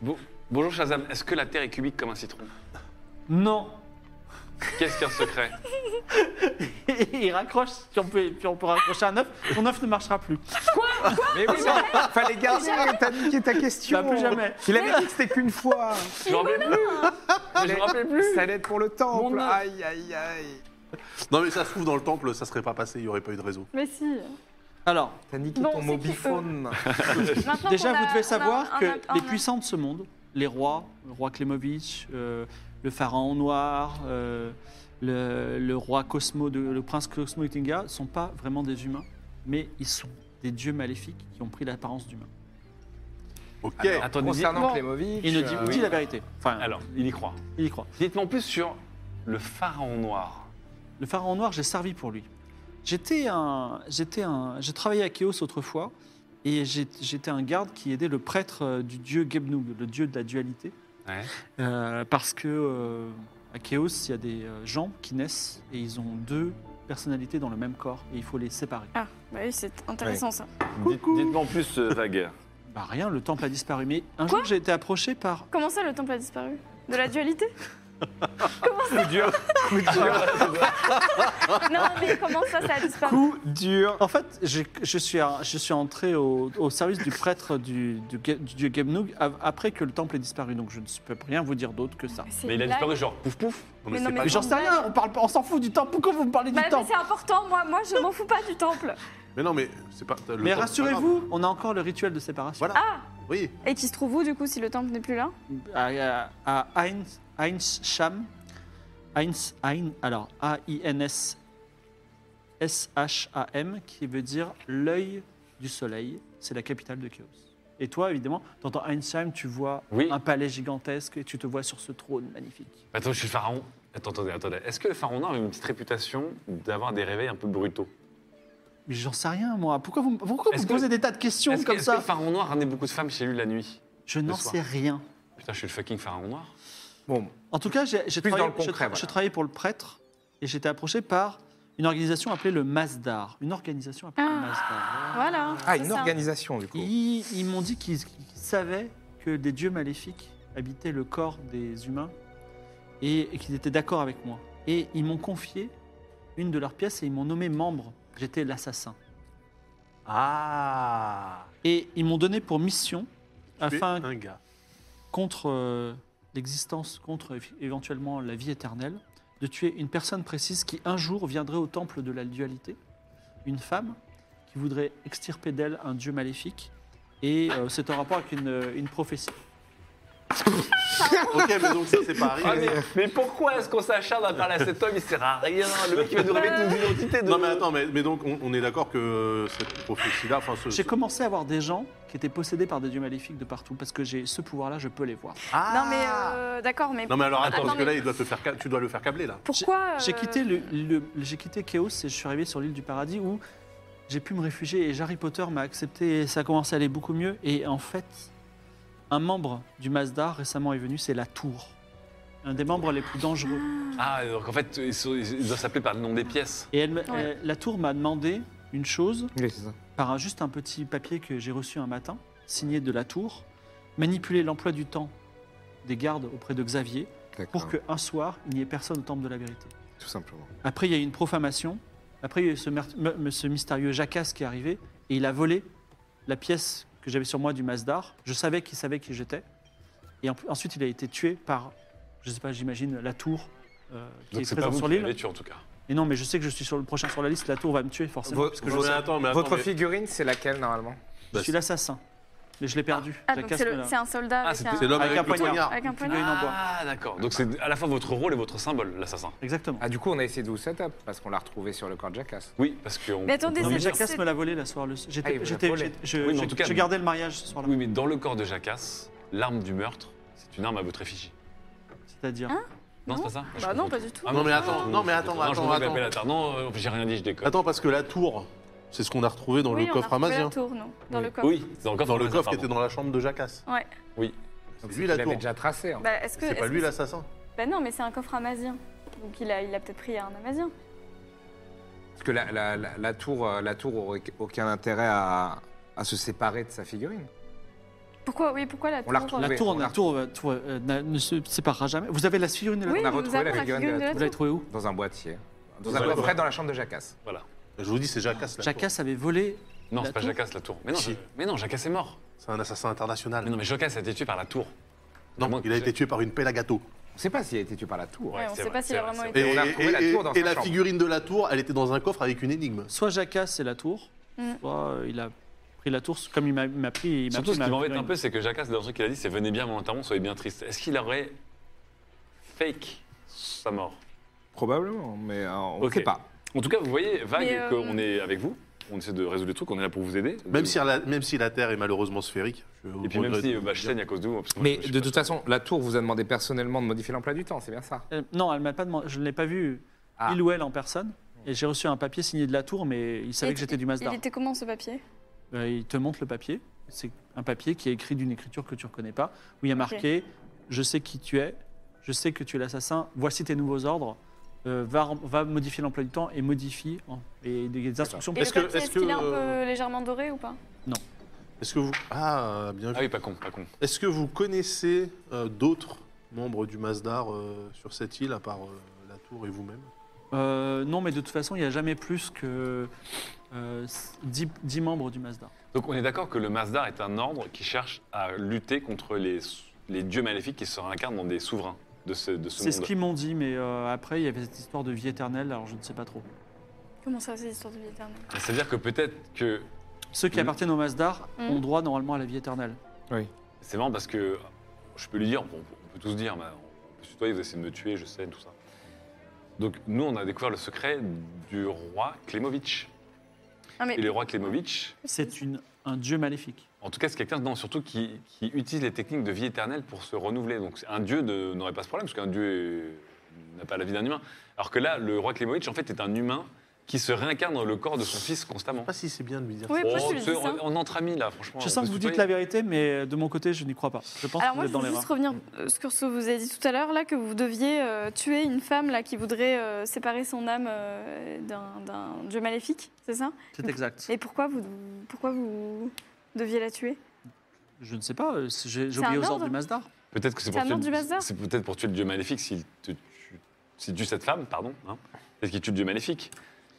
Speaker 5: Bon- Bonjour Shazam, est-ce que la Terre est cubique comme un citron
Speaker 1: Non.
Speaker 5: Qu'est-ce qu'un secret
Speaker 1: Et il raccroche, puis on peut, puis on peut raccrocher un œuf. Ton œuf ne marchera plus.
Speaker 4: Mais oui, mais fallait garder, t'as niqué ta question.
Speaker 1: Bah, plus jamais.
Speaker 4: Il avait dit que c'était qu'une fois.
Speaker 5: Je me rappelle plus Je me rappelle plus
Speaker 4: Ça allait être pour le
Speaker 5: Mon
Speaker 4: temple.
Speaker 5: œuf.
Speaker 4: Aïe, aïe, aïe.
Speaker 2: Non, mais ça se trouve, dans le temple, ça serait pas passé, il n'y aurait pas eu de réseau.
Speaker 3: Mais si.
Speaker 1: Alors,
Speaker 4: T'as niqué
Speaker 3: Bon,
Speaker 4: ton
Speaker 3: c'est qui,
Speaker 4: mobiphone.
Speaker 3: Maintenant
Speaker 1: déjà,
Speaker 3: qu'on a-
Speaker 1: vous
Speaker 3: on a
Speaker 1: devez savoir
Speaker 3: un-
Speaker 1: que
Speaker 3: un-
Speaker 1: les
Speaker 3: un-
Speaker 1: puissants de ce monde, les rois, le roi Klemovitch, euh, le pharaon noir, euh, le, le roi Cosmo, de- le prince Cosmo Utinga, ne sont pas vraiment des humains, mais ils sont des dieux maléfiques qui ont pris l'apparence d'humains.
Speaker 2: Ok.
Speaker 5: Ah,
Speaker 4: Alors,
Speaker 5: Attendez,
Speaker 4: concernant
Speaker 5: dites-moi.
Speaker 4: Klemovic.
Speaker 1: Il nous dit,
Speaker 4: euh,
Speaker 1: dit la vérité. Enfin,
Speaker 5: Alors, Ah, il y croit.
Speaker 1: il y croit.
Speaker 5: Dites-moi en plus sur le pharaon noir.
Speaker 1: Le pharaon noir, j'ai servi pour lui. J'étais un, j'étais un, j'ai travaillé à Kéos autrefois et j'ai- j'étais un garde qui aidait le prêtre euh, du dieu Gebnug, le dieu de la dualité.
Speaker 5: Ouais.
Speaker 1: Euh, parce que euh, à Kéos, il y a des euh, gens qui naissent et ils ont deux personnalités dans le même corps et il faut les séparer.
Speaker 3: Ah, bah oui, c'est intéressant ça.
Speaker 5: Dites- Dites-moi en plus, euh, Vague.
Speaker 1: Bah rien, le temple a disparu. Mais un
Speaker 3: Quoi
Speaker 1: jour, j'ai été approché par
Speaker 3: Comment ça, le temple a disparu De la dualité Non, mais comment ça, ça a disparu
Speaker 1: coup dur. En fait, j'ai- je suis, un- je suis entré au, au service du prêtre du, du, Ge- du dieu Gebnug av- après que le temple est disparu, donc je ne peux rien vous dire d'autre que ça.
Speaker 3: C'est
Speaker 5: Mais il a
Speaker 3: une blague.
Speaker 5: disparu genre pouf pouf.
Speaker 2: Non,
Speaker 3: Mais
Speaker 2: mais
Speaker 3: non,
Speaker 2: c'est
Speaker 3: mais
Speaker 2: pas
Speaker 1: Mais j'en sais rien, on parle pas- on s'en fout du temple. Pourquoi vous me parlez
Speaker 3: Bah,
Speaker 1: du
Speaker 3: mais
Speaker 1: temple
Speaker 3: c'est important, moi, moi, je m'en fous pas du temple.
Speaker 2: Mais non, mais c'est pas.
Speaker 1: Mais
Speaker 2: le temple, c'est
Speaker 1: rassurez-vous, on a encore le rituel de séparation.
Speaker 2: Voilà.
Speaker 3: Ah
Speaker 2: pas grave. Oui.
Speaker 3: Et qui se trouve où, du coup, si le temple n'est plus là
Speaker 1: À, à, à Heinz, Heinz Sham. Heinz, Heinz, alors A-I-N-S S-H-A-M, qui veut dire l'œil du soleil. C'est la capitale de Chaos. Et toi, évidemment, t'entends Heinz Sham, tu vois
Speaker 5: Oui.
Speaker 1: un palais gigantesque et tu te vois sur ce trône magnifique.
Speaker 5: Attends, je suis le pharaon. Attends, attendez, attendez. Est-ce que le pharaon noir a une petite réputation d'avoir des réveils un peu brutaux
Speaker 1: Mais j'en sais rien, moi. Pourquoi vous, me- pourquoi vous
Speaker 5: Est-ce
Speaker 1: me
Speaker 5: que-
Speaker 1: posez des tas de questions
Speaker 5: Est-ce que,
Speaker 1: comme
Speaker 5: est-ce que
Speaker 1: ça
Speaker 5: le pharaon noir ramenait beaucoup de femmes chez lui la nuit
Speaker 1: Je n'en
Speaker 5: soir
Speaker 1: sais rien.
Speaker 5: Putain, je suis le fucking pharaon noir.
Speaker 4: Bon,
Speaker 1: En tout cas, j'ai j'ai
Speaker 4: Plus
Speaker 1: travaillé,
Speaker 4: dans le concret,
Speaker 1: je-
Speaker 4: voilà.
Speaker 1: je travaillais pour le prêtre et j'étais approché par une organisation appelée le Masdar. Une organisation appelée le
Speaker 3: Ah.
Speaker 1: Masdar.
Speaker 3: Voilà.
Speaker 4: ah,
Speaker 3: c'est
Speaker 4: une
Speaker 3: ça.
Speaker 4: organisation du coup.
Speaker 1: Ils, ils m'ont dit qu'ils qu'ils savaient que des dieux maléfiques habitaient le corps des humains et, et qu'ils étaient d'accord avec moi. Et ils m'ont confié une de leurs pièces et ils m'ont nommé membre. J'étais l'assassin.
Speaker 4: Ah.
Speaker 1: Et ils m'ont donné pour mission, afin
Speaker 2: un gars.
Speaker 1: contre euh, l'existence, contre évi- éventuellement la vie éternelle, de tuer une personne précise qui un jour viendrait au temple de la dualité, une femme qui voudrait extirper d'elle un dieu maléfique, et euh, c'est en rapport avec une, euh, une prophétie.
Speaker 2: Ok, mais donc ça, c'est pas arrivé.
Speaker 5: mais pourquoi est-ce qu'on s'acharne à parler à cet homme Il sert à rien. Le mec, il va nous révéler nos identités.
Speaker 2: Non, mais attends, mais, mais donc on, on est d'accord que euh, cette prophétie-là. enfin, ce-
Speaker 1: J'ai commencé à voir des gens qui étaient possédés par des dieux maléfiques de partout, parce que j'ai ce pouvoir-là, je peux les voir.
Speaker 3: Non, mais
Speaker 4: Ah.
Speaker 3: euh, d'accord, mais
Speaker 2: Non, mais alors attends,
Speaker 3: Attends,
Speaker 2: parce que
Speaker 3: mais-
Speaker 2: là, il doit te faire ca- tu dois le faire câbler, là.
Speaker 1: J'ai-
Speaker 3: pourquoi
Speaker 1: J'ai
Speaker 3: euh,
Speaker 1: quitté, le, le- j'ai quitté Chaos et je suis arrivé sur l'île du paradis où j'ai pu me réfugier et Harry Potter m'a accepté et ça a commencé à aller beaucoup mieux. Et en fait, un membre du Masdar récemment est venu, c'est la Tour. Un des membres les plus dangereux.
Speaker 5: Ah, donc en fait, ils, sont- ils doivent s'appeler par le nom des pièces.
Speaker 1: Et elle, me-
Speaker 3: Ouais.
Speaker 1: euh, la Tour m'a demandé une chose
Speaker 4: Oui, c'est ça.
Speaker 1: par un- juste un petit papier que j'ai reçu un matin, signé de la Tour, manipuler l'emploi du temps des gardes auprès de Xavier pour
Speaker 4: D'accord,
Speaker 5: Ah.
Speaker 1: qu'un soir, il n'y ait personne au Temple de la Vérité.
Speaker 4: Tout simplement.
Speaker 1: Après, il y a eu une profanation. Après, il y a eu ce, mer- me- me- ce mystérieux jacasse qui est arrivé et il a volé la pièce que j'avais sur moi du Masdar. Je savais qu'il savait qui j'étais. Et en plus- ensuite, il a été tué par, je sais pas, j'imagine, la tour euh, qui
Speaker 5: Donc
Speaker 1: est
Speaker 5: c'est pas
Speaker 1: présente
Speaker 5: vous
Speaker 1: sur
Speaker 5: qui l'avez
Speaker 1: l'île.
Speaker 5: tué en tout cas.
Speaker 1: Et non, mais je sais que je suis sur le prochain sur la liste. La tour va me tuer forcément.
Speaker 4: Vo-
Speaker 1: parce que
Speaker 2: Non, mais attends, mais attends,
Speaker 4: Votre
Speaker 2: mais-
Speaker 5: bah,
Speaker 4: figurine, c'est laquelle normalement
Speaker 1: je suis l'assassin. Mais je l'ai perdu.
Speaker 3: Ah,
Speaker 1: Je la
Speaker 3: donc
Speaker 1: casse,
Speaker 3: c'est le-
Speaker 1: là.
Speaker 3: c'est un soldat
Speaker 5: Ah,
Speaker 3: avec,
Speaker 5: c'est-
Speaker 3: un,
Speaker 2: C'est l'homme
Speaker 1: Avec
Speaker 2: avec,
Speaker 1: un
Speaker 2: le
Speaker 1: poignard.
Speaker 2: poignard.
Speaker 3: avec un poignard.
Speaker 1: Gagne en bois.
Speaker 5: Ah, d'accord. Donc c'est à la fois votre rôle et votre symbole, l'assassin.
Speaker 1: Exactement.
Speaker 4: Ah, du coup, on a essayé de vous setup parce qu'on l'a retrouvé sur le corps de Jackass.
Speaker 5: Oui, parce que.
Speaker 3: Mais attendez,
Speaker 1: Non,
Speaker 3: c'est-
Speaker 1: mais
Speaker 3: c'est-
Speaker 1: Jackass me l'a volé la soirée. Le...
Speaker 4: Ah,
Speaker 1: J'étais,
Speaker 4: il vous l'a
Speaker 1: j'étais-
Speaker 4: volé.
Speaker 1: j'étais- je,
Speaker 5: Oui, mais en
Speaker 1: je-
Speaker 5: tout cas,
Speaker 1: je gardais le mariage ce soir-là.
Speaker 5: Oui, mais dans le corps de Jacasse, l'arme du meurtre, c'est une arme à votre effigie.
Speaker 1: C'est-à-dire.
Speaker 5: Non,
Speaker 3: Non.
Speaker 5: c'est pas ça Ah, je
Speaker 3: Bah
Speaker 5: comprends
Speaker 3: non, pas du tout.
Speaker 2: Non, mais attends, non, mais attends,
Speaker 5: Non, je
Speaker 2: attends,
Speaker 5: comprends
Speaker 2: attends.
Speaker 5: qu'elle appelle à tard. Non, euh, j'ai rien dit, je déconne.
Speaker 2: Attends, parce que la tour, c'est ce qu'on a retrouvé dans
Speaker 3: oui,
Speaker 2: le
Speaker 3: on a
Speaker 2: coffre
Speaker 3: retrouvé la
Speaker 2: amazien.
Speaker 3: tour, non, dans le coffre.
Speaker 5: Oui, c'est dans le coffre.
Speaker 2: Dans le
Speaker 5: Amazon,
Speaker 2: coffre qui était
Speaker 5: pardon.
Speaker 2: dans la chambre de Jacasse.
Speaker 3: Ouais.
Speaker 5: Oui.
Speaker 4: Donc,
Speaker 2: lui, la
Speaker 4: il l'avait
Speaker 2: tour.
Speaker 4: déjà tracé. en fait.
Speaker 3: Bah, est-ce que
Speaker 2: C'est pas
Speaker 3: est-ce
Speaker 2: lui
Speaker 3: que-
Speaker 2: l'assassin.
Speaker 3: Bah non, mais c'est un coffre amazien. Donc il a, il a peut-être pris un amazien.
Speaker 4: Parce que la, la- la- la tour, euh, la tour aurait aucun intérêt à, à se séparer de sa figurine.
Speaker 3: Pourquoi Oui, pourquoi la
Speaker 4: On
Speaker 3: tour
Speaker 4: l'a
Speaker 1: La
Speaker 4: Oui,
Speaker 1: tour,
Speaker 4: on
Speaker 1: la
Speaker 4: a-
Speaker 1: tour, euh, tour, euh, na- ne se séparera jamais. Vous avez la figurine de la
Speaker 3: Oui,
Speaker 1: tour
Speaker 4: on a
Speaker 3: nous
Speaker 4: retrouvé
Speaker 3: avons
Speaker 4: la figurine de la
Speaker 1: Vous l'avez trouvée où
Speaker 4: Dans un boîtier. Dans
Speaker 2: Dans
Speaker 4: un
Speaker 2: un
Speaker 4: coffre
Speaker 2: coffre.
Speaker 4: dans la chambre de Jacasse.
Speaker 5: Voilà.
Speaker 2: Je vous dis, c'est Jacasse. la tour.
Speaker 1: Jackass avait volé.
Speaker 5: Non,
Speaker 1: La
Speaker 5: c'est pas
Speaker 1: tour
Speaker 5: Jacasse, la tour. Mais non,
Speaker 2: Si. Ah.
Speaker 5: je- mais non, Jacasse est mort.
Speaker 2: C'est un assassin
Speaker 5: Mais
Speaker 2: international.
Speaker 5: non, mais Jacasse a été tué par la tour.
Speaker 2: Non,
Speaker 5: Moi,
Speaker 2: il a
Speaker 5: j'ai-
Speaker 2: été tué par une pelle à gâteau.
Speaker 4: On ne sait pas s'il a été tué par la tour.
Speaker 3: Ouais, on
Speaker 5: c'est
Speaker 3: sait
Speaker 5: vrai,
Speaker 3: pas s'il
Speaker 5: c'est
Speaker 3: a
Speaker 5: vrai,
Speaker 3: vraiment
Speaker 5: c'est
Speaker 2: Et,
Speaker 5: vrai.
Speaker 4: on a retrouvé la tour dans
Speaker 2: et
Speaker 4: sa
Speaker 2: la
Speaker 4: chambre.
Speaker 2: figurine de la tour, elle était dans un coffre avec une énigme.
Speaker 1: Soit Jackass, c'est la tour.
Speaker 3: Mm.
Speaker 1: Soit euh, il a pris la tour comme il m'a, il m'a pris. Il m'a
Speaker 5: Surtout,
Speaker 1: pris
Speaker 5: ce
Speaker 1: ma
Speaker 5: qui m'embête un
Speaker 1: figurine.
Speaker 5: peu, c'est que Jacasse, dans le truc qu'il a dit, c'est venez bien volontairement, soyez bien triste. Est-ce qu'il aurait fake sa mort
Speaker 4: Probablement, mais euh, on ne
Speaker 5: Ok.
Speaker 4: sait pas.
Speaker 5: En tout cas, vous voyez, vague,
Speaker 3: Mais, euh,
Speaker 5: qu'on est avec vous. On essaie de résoudre les trucs, on est là pour vous aider.
Speaker 2: Même si, la, même si la Terre est malheureusement sphérique. je
Speaker 5: Et puis même
Speaker 2: regrette
Speaker 5: si
Speaker 2: de
Speaker 5: euh,
Speaker 2: le
Speaker 5: bah, je
Speaker 2: dire.
Speaker 5: saigne à cause de vous. parce que moi,
Speaker 4: Mais
Speaker 5: je- je suis
Speaker 4: de
Speaker 5: pas
Speaker 4: toute
Speaker 5: sûr.
Speaker 4: façon, la tour vous a demandé personnellement de modifier l'emploi du temps, c'est bien ça
Speaker 1: Euh, non, elle m'a pas demandé. Je ne l'ai pas vu,
Speaker 4: Ah.
Speaker 1: il ou elle en personne. Et j'ai reçu un papier signé de la tour, mais il savait
Speaker 3: Et
Speaker 1: que j'étais du
Speaker 3: Il
Speaker 1: Mazda.
Speaker 3: était comment ce papier
Speaker 1: Euh, il te montre le papier. C'est un papier qui est écrit d'une écriture que tu ne reconnais pas, où il y a marqué Je sais qui tu es, je sais que tu es l'assassin, voici tes nouveaux ordres. Euh, va, rem- va modifier l'emploi du temps et modifie hein, et des instructions.
Speaker 3: Et
Speaker 2: Est-ce
Speaker 3: le
Speaker 2: que-
Speaker 3: papier,
Speaker 2: est-ce
Speaker 3: est-ce qu'il est un
Speaker 2: que, euh,
Speaker 3: peu légèrement doré ou pas
Speaker 2: Est-ce que vous. Ah, bien
Speaker 5: Ah
Speaker 2: vu.
Speaker 5: oui, pas con, pas con.
Speaker 2: Est-ce que vous connaissez euh, d'autres membres du Masdar euh, sur cette île, à part euh, la tour et vous-même
Speaker 1: Euh, non, mais de toute façon, il n'y a jamais plus que euh, 10, membres du Mazda.
Speaker 5: Donc on est d'accord que le Masdar est un ordre qui cherche à lutter contre les, les dieux maléfiques qui se réincarnent dans des souverains de ce, de ce
Speaker 1: C'est
Speaker 5: monde.
Speaker 1: ce qu'ils m'ont dit, mais euh, après, il y avait cette histoire de vie éternelle, alors je ne sais pas trop.
Speaker 3: Comment ça, ces histoires de vie éternelle
Speaker 5: C'est-à-dire que peut-être que...
Speaker 1: Ceux qui
Speaker 5: Mhm.
Speaker 1: appartiennent au Masdar
Speaker 3: Mhm.
Speaker 1: ont droit normalement à la vie éternelle.
Speaker 5: C'est marrant parce que... Je peux lui dire, bon, on peut tous dire, mais on peut se tutoyer, vous essayez de me tuer, je sais, tout ça. Donc nous, on a découvert le secret du roi Klemovitch.
Speaker 3: Ah, mais
Speaker 5: Et le roi Klemovitch,
Speaker 1: C'est une- un dieu maléfique.
Speaker 5: en tout cas, c'est quelqu'un, non, surtout qui, qui utilise les techniques de vie éternelle pour se renouveler. Donc un dieu ne- n'aurait pas ce problème, parce qu'un dieu euh, n'a pas la vie d'un humain. Alors que là, le roi Klemovitch, en fait, est un humain qui se réincarne dans le corps de son fils constamment.
Speaker 3: Ah,
Speaker 2: Pas si c'est bien de lui dire
Speaker 3: Oui,
Speaker 2: ça.
Speaker 3: pourquoi tu
Speaker 5: Oh,
Speaker 3: lui
Speaker 5: ce-
Speaker 3: dis ça
Speaker 5: on, on entre amis là, franchement.
Speaker 1: Je
Speaker 5: on
Speaker 1: sens
Speaker 5: peut
Speaker 1: que vous
Speaker 5: se
Speaker 1: dites la
Speaker 5: tutoyer.
Speaker 1: vérité, mais euh, de mon côté, je n'y crois pas. Je pense que
Speaker 3: Alors
Speaker 1: vous
Speaker 3: moi,
Speaker 1: êtes
Speaker 3: je
Speaker 1: dans
Speaker 3: voulais
Speaker 1: l'erreur.
Speaker 3: juste revenir euh, sur ce que vous avez dit tout à l'heure, là, que vous deviez euh, tuer une femme là, qui voudrait euh, séparer son âme euh, d'un d'un dieu maléfique, c'est ça
Speaker 1: C'est exact.
Speaker 3: Mais pourquoi vous, pourquoi vous deviez la tuer
Speaker 1: Je ne sais pas, euh, c'est- j'ai j'ai
Speaker 3: C'est
Speaker 1: oublié
Speaker 3: un
Speaker 1: aux ordres
Speaker 3: ordre
Speaker 1: du Masdar.
Speaker 5: Peut-être que
Speaker 3: C'est
Speaker 5: c'est pour,
Speaker 3: un ordre
Speaker 5: tuer
Speaker 3: du
Speaker 5: le-
Speaker 3: bazar.
Speaker 5: c'est peut-être pour tuer le dieu maléfique s'il te tue, s'il tue cette femme, pardon. hein. peut-être qu'il tue le dieu maléfique.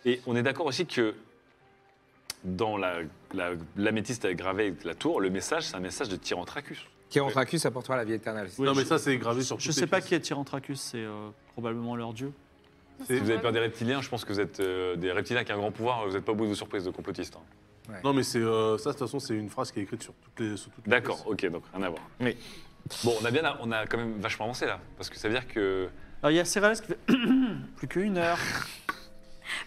Speaker 5: Et on est d'accord aussi que dans la- la- l'améthyste gravée avec la tour, le message, c'est un message de Tyrantracus.
Speaker 4: Qui rentre accuse, ça portera la vie éternelle.
Speaker 1: Oui,
Speaker 2: non, mais
Speaker 1: je-
Speaker 2: ça, c'est gravé sur
Speaker 1: Je
Speaker 2: toutes
Speaker 1: sais
Speaker 2: les
Speaker 1: pas
Speaker 2: pièces.
Speaker 1: qui est Tyrantracus, c'est euh, probablement leur dieu.
Speaker 2: C'est-
Speaker 5: Si vous avez peur des reptiliens, je pense que vous êtes euh, des reptiliens qui ont un grand pouvoir, vous n'êtes pas au bout de vos surprises de complotistes. hein.
Speaker 2: Non, mais c'est euh, ça, de toute façon, c'est une phrase qui est écrite sur toutes les. sur toutes les
Speaker 5: D'accord,
Speaker 2: pièces.
Speaker 5: ok, donc rien à voir.
Speaker 4: Oui.
Speaker 5: Bon, on a, bien, on a quand même vachement avancé là, parce que ça veut dire que.
Speaker 1: Alors il y a Cérales qui fait plus qu'une heure.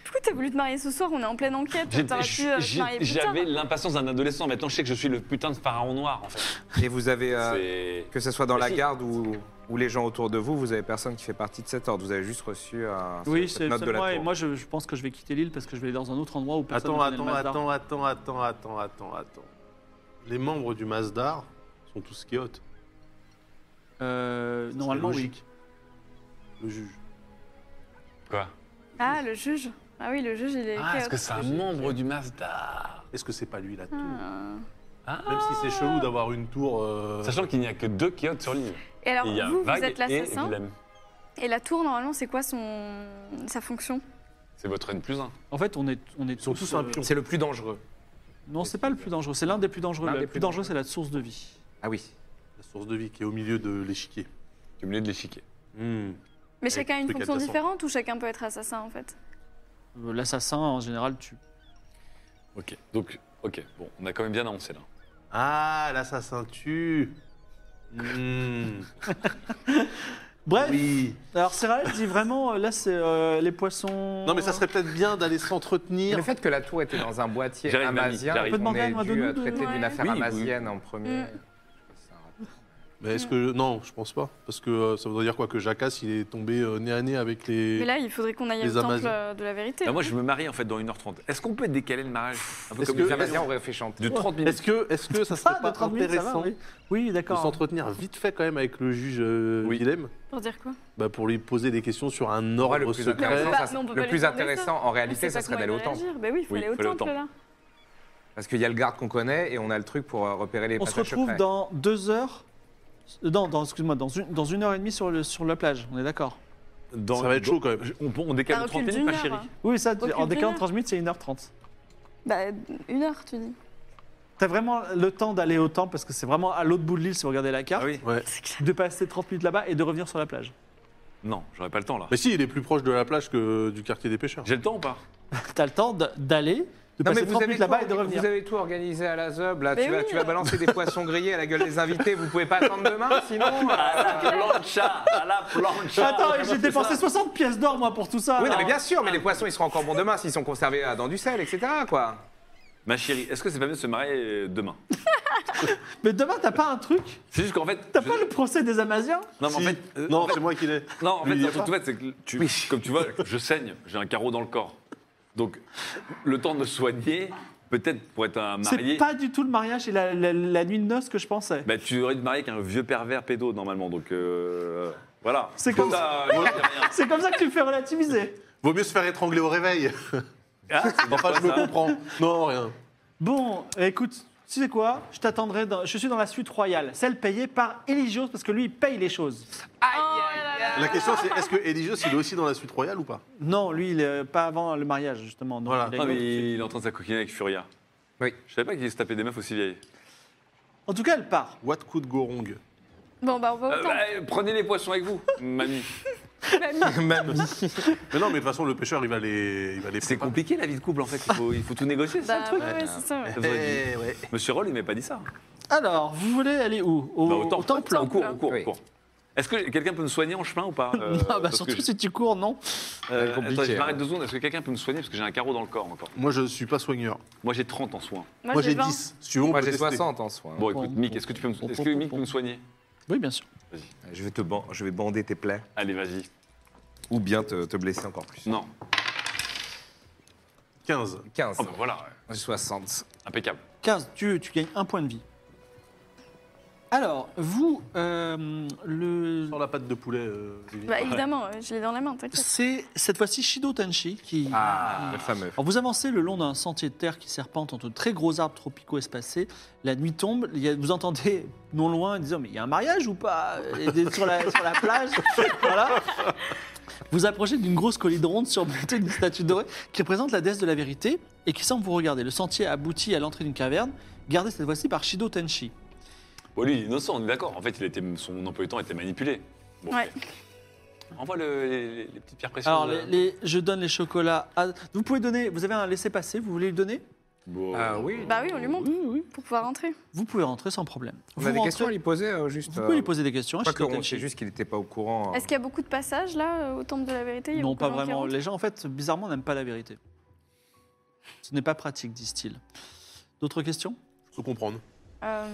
Speaker 3: Pourquoi t'as voulu te marier ce soir On est en pleine enquête.
Speaker 5: J'ai-
Speaker 3: T'aurais pu euh, te
Speaker 5: j'ai-
Speaker 3: marier plus tard.
Speaker 5: J'avais l'impatience d'un adolescent. Maintenant, je sais que je suis le putain de pharaon noir, en fait.
Speaker 4: Et vous avez, euh,
Speaker 5: C'est-
Speaker 4: que ce soit dans
Speaker 5: Mais
Speaker 4: la
Speaker 5: si.
Speaker 4: garde ou, ou les gens autour de vous, vous avez personne qui fait partie de cet ordre. Vous avez juste reçu euh,
Speaker 1: Oui,
Speaker 4: cette
Speaker 1: c'est
Speaker 4: note de
Speaker 1: seulement
Speaker 4: la
Speaker 1: moi. Et
Speaker 4: tour.
Speaker 1: moi, je, je pense que je vais quitter l'île parce que je vais aller dans un autre endroit où personne
Speaker 2: Attends,
Speaker 1: ne connaît le
Speaker 2: attends,
Speaker 1: Masdar.
Speaker 2: attends, attends, attends, attends, attends, attends. Les membres du Masdar sont tous chaotes.
Speaker 1: Euh, normalement,
Speaker 2: C'est
Speaker 1: oui.
Speaker 2: logique. Le juge.
Speaker 5: Quoi
Speaker 3: Ah, le juge. Ah oui, le juge, il est.
Speaker 5: Ah, est-ce
Speaker 3: chaos.
Speaker 5: que c'est un membre du Mazda
Speaker 2: Est-ce que c'est pas lui la tour
Speaker 3: Ah.
Speaker 2: Même si c'est chelou d'avoir une tour. euh,
Speaker 5: ah. Sachant qu'il n'y a que deux Kyotes sur l'île.
Speaker 3: Et alors,
Speaker 5: Il y a
Speaker 3: vous, vous
Speaker 5: Vague
Speaker 3: êtes
Speaker 5: et
Speaker 3: l'assassin.
Speaker 5: Willem.
Speaker 3: Et la tour, normalement, c'est quoi son... sa fonction
Speaker 5: C'est votre N plus 1.
Speaker 1: En fait, on est, on est
Speaker 2: Ils sont tous un
Speaker 1: euh,
Speaker 2: pion.
Speaker 4: C'est le plus dangereux.
Speaker 1: Non, c'est pas le plus dangereux. C'est l'un des plus dangereux.
Speaker 4: L'un
Speaker 1: Le
Speaker 4: des
Speaker 1: plus
Speaker 4: plus
Speaker 1: dangereux,
Speaker 4: dangereux.
Speaker 1: c'est la source de vie.
Speaker 4: Ah oui.
Speaker 2: La source de vie qui est au milieu de l'échiquier. Hmm.
Speaker 5: Du milieu de l'échiquier.
Speaker 3: Mais chacun a une
Speaker 2: truc à
Speaker 3: fonction
Speaker 2: 200.
Speaker 3: différente ou chacun peut être assassin en fait
Speaker 1: Euh, L'assassin, en général, tue.
Speaker 5: Ok. Donc, ok. Bon, on a quand même bien avancé là.
Speaker 2: Ah, l'assassin tue. Hmm,
Speaker 1: Bref,
Speaker 2: oui.
Speaker 1: alors Serral dit vraiment, euh, là c'est euh, les poissons.
Speaker 2: Non, mais ça serait peut-être bien d'aller s'entretenir.
Speaker 4: Le fait que la tour était dans un boîtier
Speaker 5: J'arrive, mamie,
Speaker 4: amazien,
Speaker 5: j'arrive.
Speaker 4: on est
Speaker 1: Peut-être
Speaker 4: dû
Speaker 1: demander à
Speaker 4: euh, traiter
Speaker 3: Madonou de-
Speaker 4: d'une affaire
Speaker 5: Oui, oui.
Speaker 4: amazienne en premier.
Speaker 3: Mm.
Speaker 2: Mais est-ce que. Non, je pense pas. Parce que euh, ça voudrait dire quoi Que Jacasse, il est tombé euh, nez à nez avec les.
Speaker 3: Mais là, il faudrait qu'on aille
Speaker 2: Les
Speaker 3: au temple
Speaker 2: Amazones.
Speaker 3: euh, de la vérité.
Speaker 5: Bah, moi, je me marie en fait dans 1h30. Est-ce qu'on peut décaler le mariage Un peu
Speaker 2: Est-ce
Speaker 5: comme
Speaker 2: que-
Speaker 4: Les
Speaker 5: les Américains.
Speaker 4: Amaziens auraient fait chanter.
Speaker 5: de 30 minutes.
Speaker 2: Est-ce que, est que ça
Speaker 1: Ah,
Speaker 2: serait
Speaker 1: de
Speaker 2: pas
Speaker 1: 30 minutes, ça va,
Speaker 2: intéressant
Speaker 1: oui. Oui,
Speaker 2: de
Speaker 1: d'accord.
Speaker 2: s'entretenir vite fait quand même avec le juge euh,
Speaker 5: Oui.
Speaker 2: Willem
Speaker 3: Pour dire quoi
Speaker 2: bah, pour lui poser des questions sur un
Speaker 4: Pour moi,
Speaker 2: ordre
Speaker 4: le plus
Speaker 2: secret
Speaker 4: intéressant,
Speaker 3: Mais on
Speaker 4: ça-
Speaker 3: peut pas- mais on peut
Speaker 4: le
Speaker 3: pas
Speaker 4: plus
Speaker 3: lui demander
Speaker 4: intéressant, en réalité, ça serait d'aller au temple.
Speaker 3: Bah oui, il faut
Speaker 5: Oui,
Speaker 3: aller au
Speaker 5: faut aller au
Speaker 3: temple
Speaker 5: temple.
Speaker 3: là.
Speaker 4: Parce qu'il y a le garde qu'on connaît et on a le truc pour euh, repérer les
Speaker 1: On se
Speaker 4: passages
Speaker 1: retrouve
Speaker 4: secrets.
Speaker 1: dans deux heures. euh, Non, dans, excuse-moi, dans une, dans une heure et demie sur, le, sur la plage, on est d'accord
Speaker 5: Dans-
Speaker 2: Ça va être
Speaker 5: dans-
Speaker 2: chaud, quand même.
Speaker 5: je- On, on décale
Speaker 3: Ça
Speaker 5: de 30
Speaker 3: recule
Speaker 5: minutes, pas
Speaker 3: d'une
Speaker 5: chérie.
Speaker 3: heure, hein.
Speaker 1: Oui, ça,
Speaker 3: Aucune
Speaker 1: en décalant
Speaker 3: demi-heure.
Speaker 1: 30 minutes, c'est 1h30.
Speaker 3: Bah, une heure, tu dis.
Speaker 1: T'as vraiment le temps d'aller au temple, parce que c'est vraiment à l'autre bout de l'île, si vous regardez la carte,
Speaker 5: Ah oui
Speaker 2: Ouais.
Speaker 1: de passer 30 minutes là-bas et de revenir sur la plage.
Speaker 5: Non, j'aurais pas le temps là.
Speaker 2: Mais si, il est plus proche de la plage que du quartier des pêcheurs.
Speaker 5: J'ai le temps ou pas
Speaker 1: T'as le temps de- d'aller, de
Speaker 4: Non, mais
Speaker 1: passer
Speaker 4: vous
Speaker 1: 30
Speaker 4: avez,
Speaker 1: minutes
Speaker 4: tout,
Speaker 1: là-bas et de
Speaker 4: orga-
Speaker 1: revenir.
Speaker 4: vous avez tout organisé à la ZEB. Là,
Speaker 3: Mais
Speaker 4: tu, vas,
Speaker 3: oui.
Speaker 4: tu vas balancer des poissons grillés à la gueule des invités. Vous pouvez pas attendre demain, sinon. euh,
Speaker 5: Plancha À la plancha
Speaker 1: Attends, et j'ai dépensé 60 pièces d'or, moi, pour tout ça.
Speaker 4: Oui, non,
Speaker 1: alors.
Speaker 4: mais bien sûr, mais les poissons, ils seront encore bons demain s'ils sont conservés euh, dans du sel, etc. Quoi.
Speaker 5: Ma chérie, est-ce que c'est pas mieux de se marier euh, demain
Speaker 1: Mais demain, t'as pas un truc
Speaker 5: C'est juste qu'en fait.
Speaker 1: T'as
Speaker 5: je-
Speaker 1: pas le procès des Amaziens
Speaker 5: Non, mais en
Speaker 2: Si.
Speaker 5: fait. euh,
Speaker 2: non,
Speaker 5: en fait-
Speaker 2: c'est moi qui l'ai.
Speaker 5: non, en fait,
Speaker 2: Lui, il y a
Speaker 5: le truc
Speaker 2: pas.
Speaker 5: tout bête, c'est que tu- comme tu vois, je saigne, j'ai un carreau dans le corps. Donc, le temps de me soigner, peut-être pour être un marié.
Speaker 1: C'est pas du tout le mariage et la, la- la nuit de noces que je pensais.
Speaker 5: Bah, tu aurais dû te marier avec un vieux pervers pédo normalement, donc euh, voilà.
Speaker 1: C'est comme
Speaker 5: ça.
Speaker 1: C'est comme ça que tu me fais relativiser.
Speaker 2: Vaut mieux se faire étrangler au réveil. Ah, Enfin, je me comprends. Non, rien.
Speaker 1: Bon, écoute, tu sais quoi Je t'attendrai. dans- Je suis dans la suite royale, celle payée par Eligios parce que lui, il paye les choses.
Speaker 2: La question, c'est est-ce que Eligios, il est aussi dans la suite royale ou pas
Speaker 1: Non, lui, il est pas avant le mariage justement. donc
Speaker 2: Voilà.
Speaker 1: il a-
Speaker 5: Non, Ah, mais il est en train de s'acoquiner avec Furia.
Speaker 4: Oui.
Speaker 5: Je savais pas qu'il se tapait des meufs aussi vieilles.
Speaker 1: En tout cas, elle part.
Speaker 2: What could go wrong
Speaker 3: Bon, bah, on va
Speaker 5: Euh,
Speaker 3: au temple.
Speaker 5: bah, prenez les poissons avec vous, mamie.
Speaker 2: Mais non, mais de toute façon, le pêcheur, il va les. Il va les
Speaker 5: C'est
Speaker 2: préparer.
Speaker 5: compliqué la vie de couple en fait, il faut, il faut tout négocier. ça.
Speaker 3: Bah, ouais, ouais, c'est ça. ouais.
Speaker 5: Ça vous aurait dit.
Speaker 2: Eh, ouais.
Speaker 5: Monsieur Roll, il m'a pas dit ça.
Speaker 1: Alors, vous voulez aller où
Speaker 5: Bah, au temple.
Speaker 1: Ah
Speaker 5: On court, on court,
Speaker 4: Oui.
Speaker 5: on court. Est-ce que quelqu'un peut me soigner en chemin ou pas Euh,
Speaker 1: bah,
Speaker 5: parce
Speaker 1: surtout
Speaker 5: que je-
Speaker 1: si tu cours, non.
Speaker 5: Euh,
Speaker 4: C'est compliqué,
Speaker 5: attends, je m'arrête
Speaker 4: hein.
Speaker 5: deux secondes. Est-ce que quelqu'un peut me soigner Parce que j'ai un carreau dans le corps encore.
Speaker 2: Moi, je suis pas soigneur.
Speaker 5: Moi, j'ai 30 en soins.
Speaker 2: Moi, j'ai
Speaker 3: 20.
Speaker 2: 10. Si tu veux, on
Speaker 4: Moi,
Speaker 2: peut
Speaker 4: j'ai
Speaker 2: tester.
Speaker 4: 60 en soin.
Speaker 5: Bon, écoute, Mick, est-ce que tu peux me, est-ce que Mick peut me soigner
Speaker 1: Oui, bien sûr.
Speaker 4: Je, vais te ban- je vais bander tes plaies
Speaker 5: Allez, vas-y.
Speaker 4: ou bien te, te blesser encore plus.
Speaker 5: Non.
Speaker 2: 15.
Speaker 4: 15.
Speaker 5: Oh, bah, voilà,
Speaker 4: J'ai 60.
Speaker 5: impeccable.
Speaker 1: 15, tu, tu gagnes un point de vie. Alors, vous, euh, le,
Speaker 2: Sur la patte de poulet, euh, Lily.
Speaker 3: Bah, évidemment, euh, je l'ai dans la main, t'inquiète.
Speaker 1: c'est cette fois-ci Shido Tenshi qui,
Speaker 4: Ah, le fameux.
Speaker 1: Alors vous avancez le long d'un sentier de terre qui serpente entre de très gros arbres tropicaux espacés. La nuit tombe, il y a- vous entendez non loin disant mais il y a un mariage ou pas Et des- sur, la, sur la plage. voilà. Vous approchez d'une grosse colline ronde surmontée d'une statue dorée qui représente la déesse de la vérité et qui semble vous regarder. Le sentier aboutit à l'entrée d'une caverne, gardée cette fois-ci par Shido Tenshi.
Speaker 5: Bon, lui, il est innocent, on est d'accord. En fait, il était, son emploi du temps était manipulé. Bon,
Speaker 3: Ouais.
Speaker 5: Envoie le- les, les petites pierres précieuses. euh.
Speaker 1: Alors les, les- je donne les chocolats. à- vous pouvez donner, vous avez un laissez-passer, vous voulez le donner
Speaker 5: Bon.
Speaker 4: Ah oui.
Speaker 3: Bah oui, on lui montre pour pouvoir rentrer.
Speaker 1: Vous pouvez rentrer sans problème.
Speaker 4: On
Speaker 1: vous
Speaker 4: a des
Speaker 1: rentrez-
Speaker 4: questions à lui poser, euh, juste.
Speaker 1: vous pouvez lui
Speaker 4: euh,
Speaker 1: poser des questions. à
Speaker 4: Je crois
Speaker 1: Shido
Speaker 4: qu'on
Speaker 1: Tenshi.
Speaker 4: sait juste qu'il n'était pas au courant. hein.
Speaker 3: Est-ce qu'il y a beaucoup de passages là euh, au temple de la vérité Il y a
Speaker 1: Non,
Speaker 3: beaucoup
Speaker 1: pas
Speaker 3: de gens qui
Speaker 1: vraiment.
Speaker 3: rentrent
Speaker 1: Les gens, en fait, bizarrement, n'aiment pas la vérité. Ce n'est pas pratique, disent-ils. D'autres questions
Speaker 2: Je peux comprendre.
Speaker 3: Euh,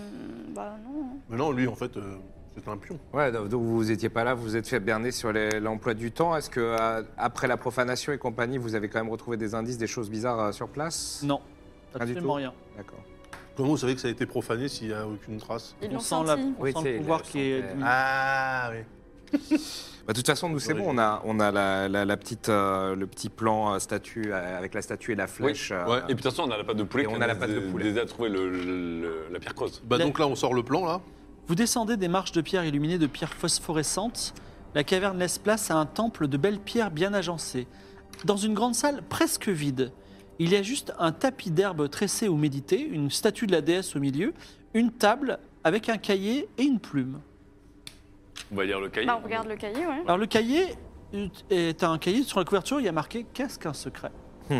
Speaker 3: bah non.
Speaker 2: Mais non, lui, en fait, euh, c'est un pion.
Speaker 4: Ouais, donc donc vous n'étiez pas là, vous vous êtes fait berner sur les- l'emploi du temps. Est-ce que euh, après la profanation et compagnie, vous avez quand même retrouvé des indices, des choses bizarres euh, sur place
Speaker 1: Non,
Speaker 4: Rien du
Speaker 1: absolument
Speaker 4: tout.
Speaker 1: rien.
Speaker 4: D'accord.
Speaker 2: Comment vous savez que ça a été profané s'il n'y a aucune trace
Speaker 3: Ils
Speaker 1: On
Speaker 3: l'ont
Speaker 1: sent,
Speaker 3: senti.
Speaker 1: la- on
Speaker 4: Oui,
Speaker 1: sent
Speaker 4: tu sais,
Speaker 1: le pouvoir
Speaker 4: ils
Speaker 1: qui est...
Speaker 4: sentent, euh,
Speaker 1: dominant.
Speaker 2: Ah, oui.
Speaker 4: Bah, de toute façon, nous c'est
Speaker 2: Ouais,
Speaker 4: bon, on a, on a la, la- la petite, euh, le petit plan euh, statue euh, avec la statue et la flèche. euh,
Speaker 2: ouais.
Speaker 5: Et puis, de toute façon, on a la patte de poulet.
Speaker 4: Et
Speaker 5: qui
Speaker 4: on a la
Speaker 5: nous
Speaker 4: patte de
Speaker 5: a-
Speaker 4: poulet.
Speaker 5: nous a trouvé le- le- la pierre creuse.
Speaker 2: Bah,
Speaker 1: La-
Speaker 2: donc là, on sort le plan, là.
Speaker 1: Vous descendez des marches de pierre illuminées de pierres phosphorescentes. La caverne laisse place à un temple de belles pierres bien agencées. Dans une grande salle presque vide, il y a juste un tapis d'herbe tressé ou médité, une statue de la déesse au milieu, une table avec un cahier et une plume.
Speaker 5: On va lire le cahier.
Speaker 3: Bah on regarde le cahier, ouais.
Speaker 1: Alors le cahier est un cahier sur la couverture, il y a marqué qu'est-ce qu'un secret.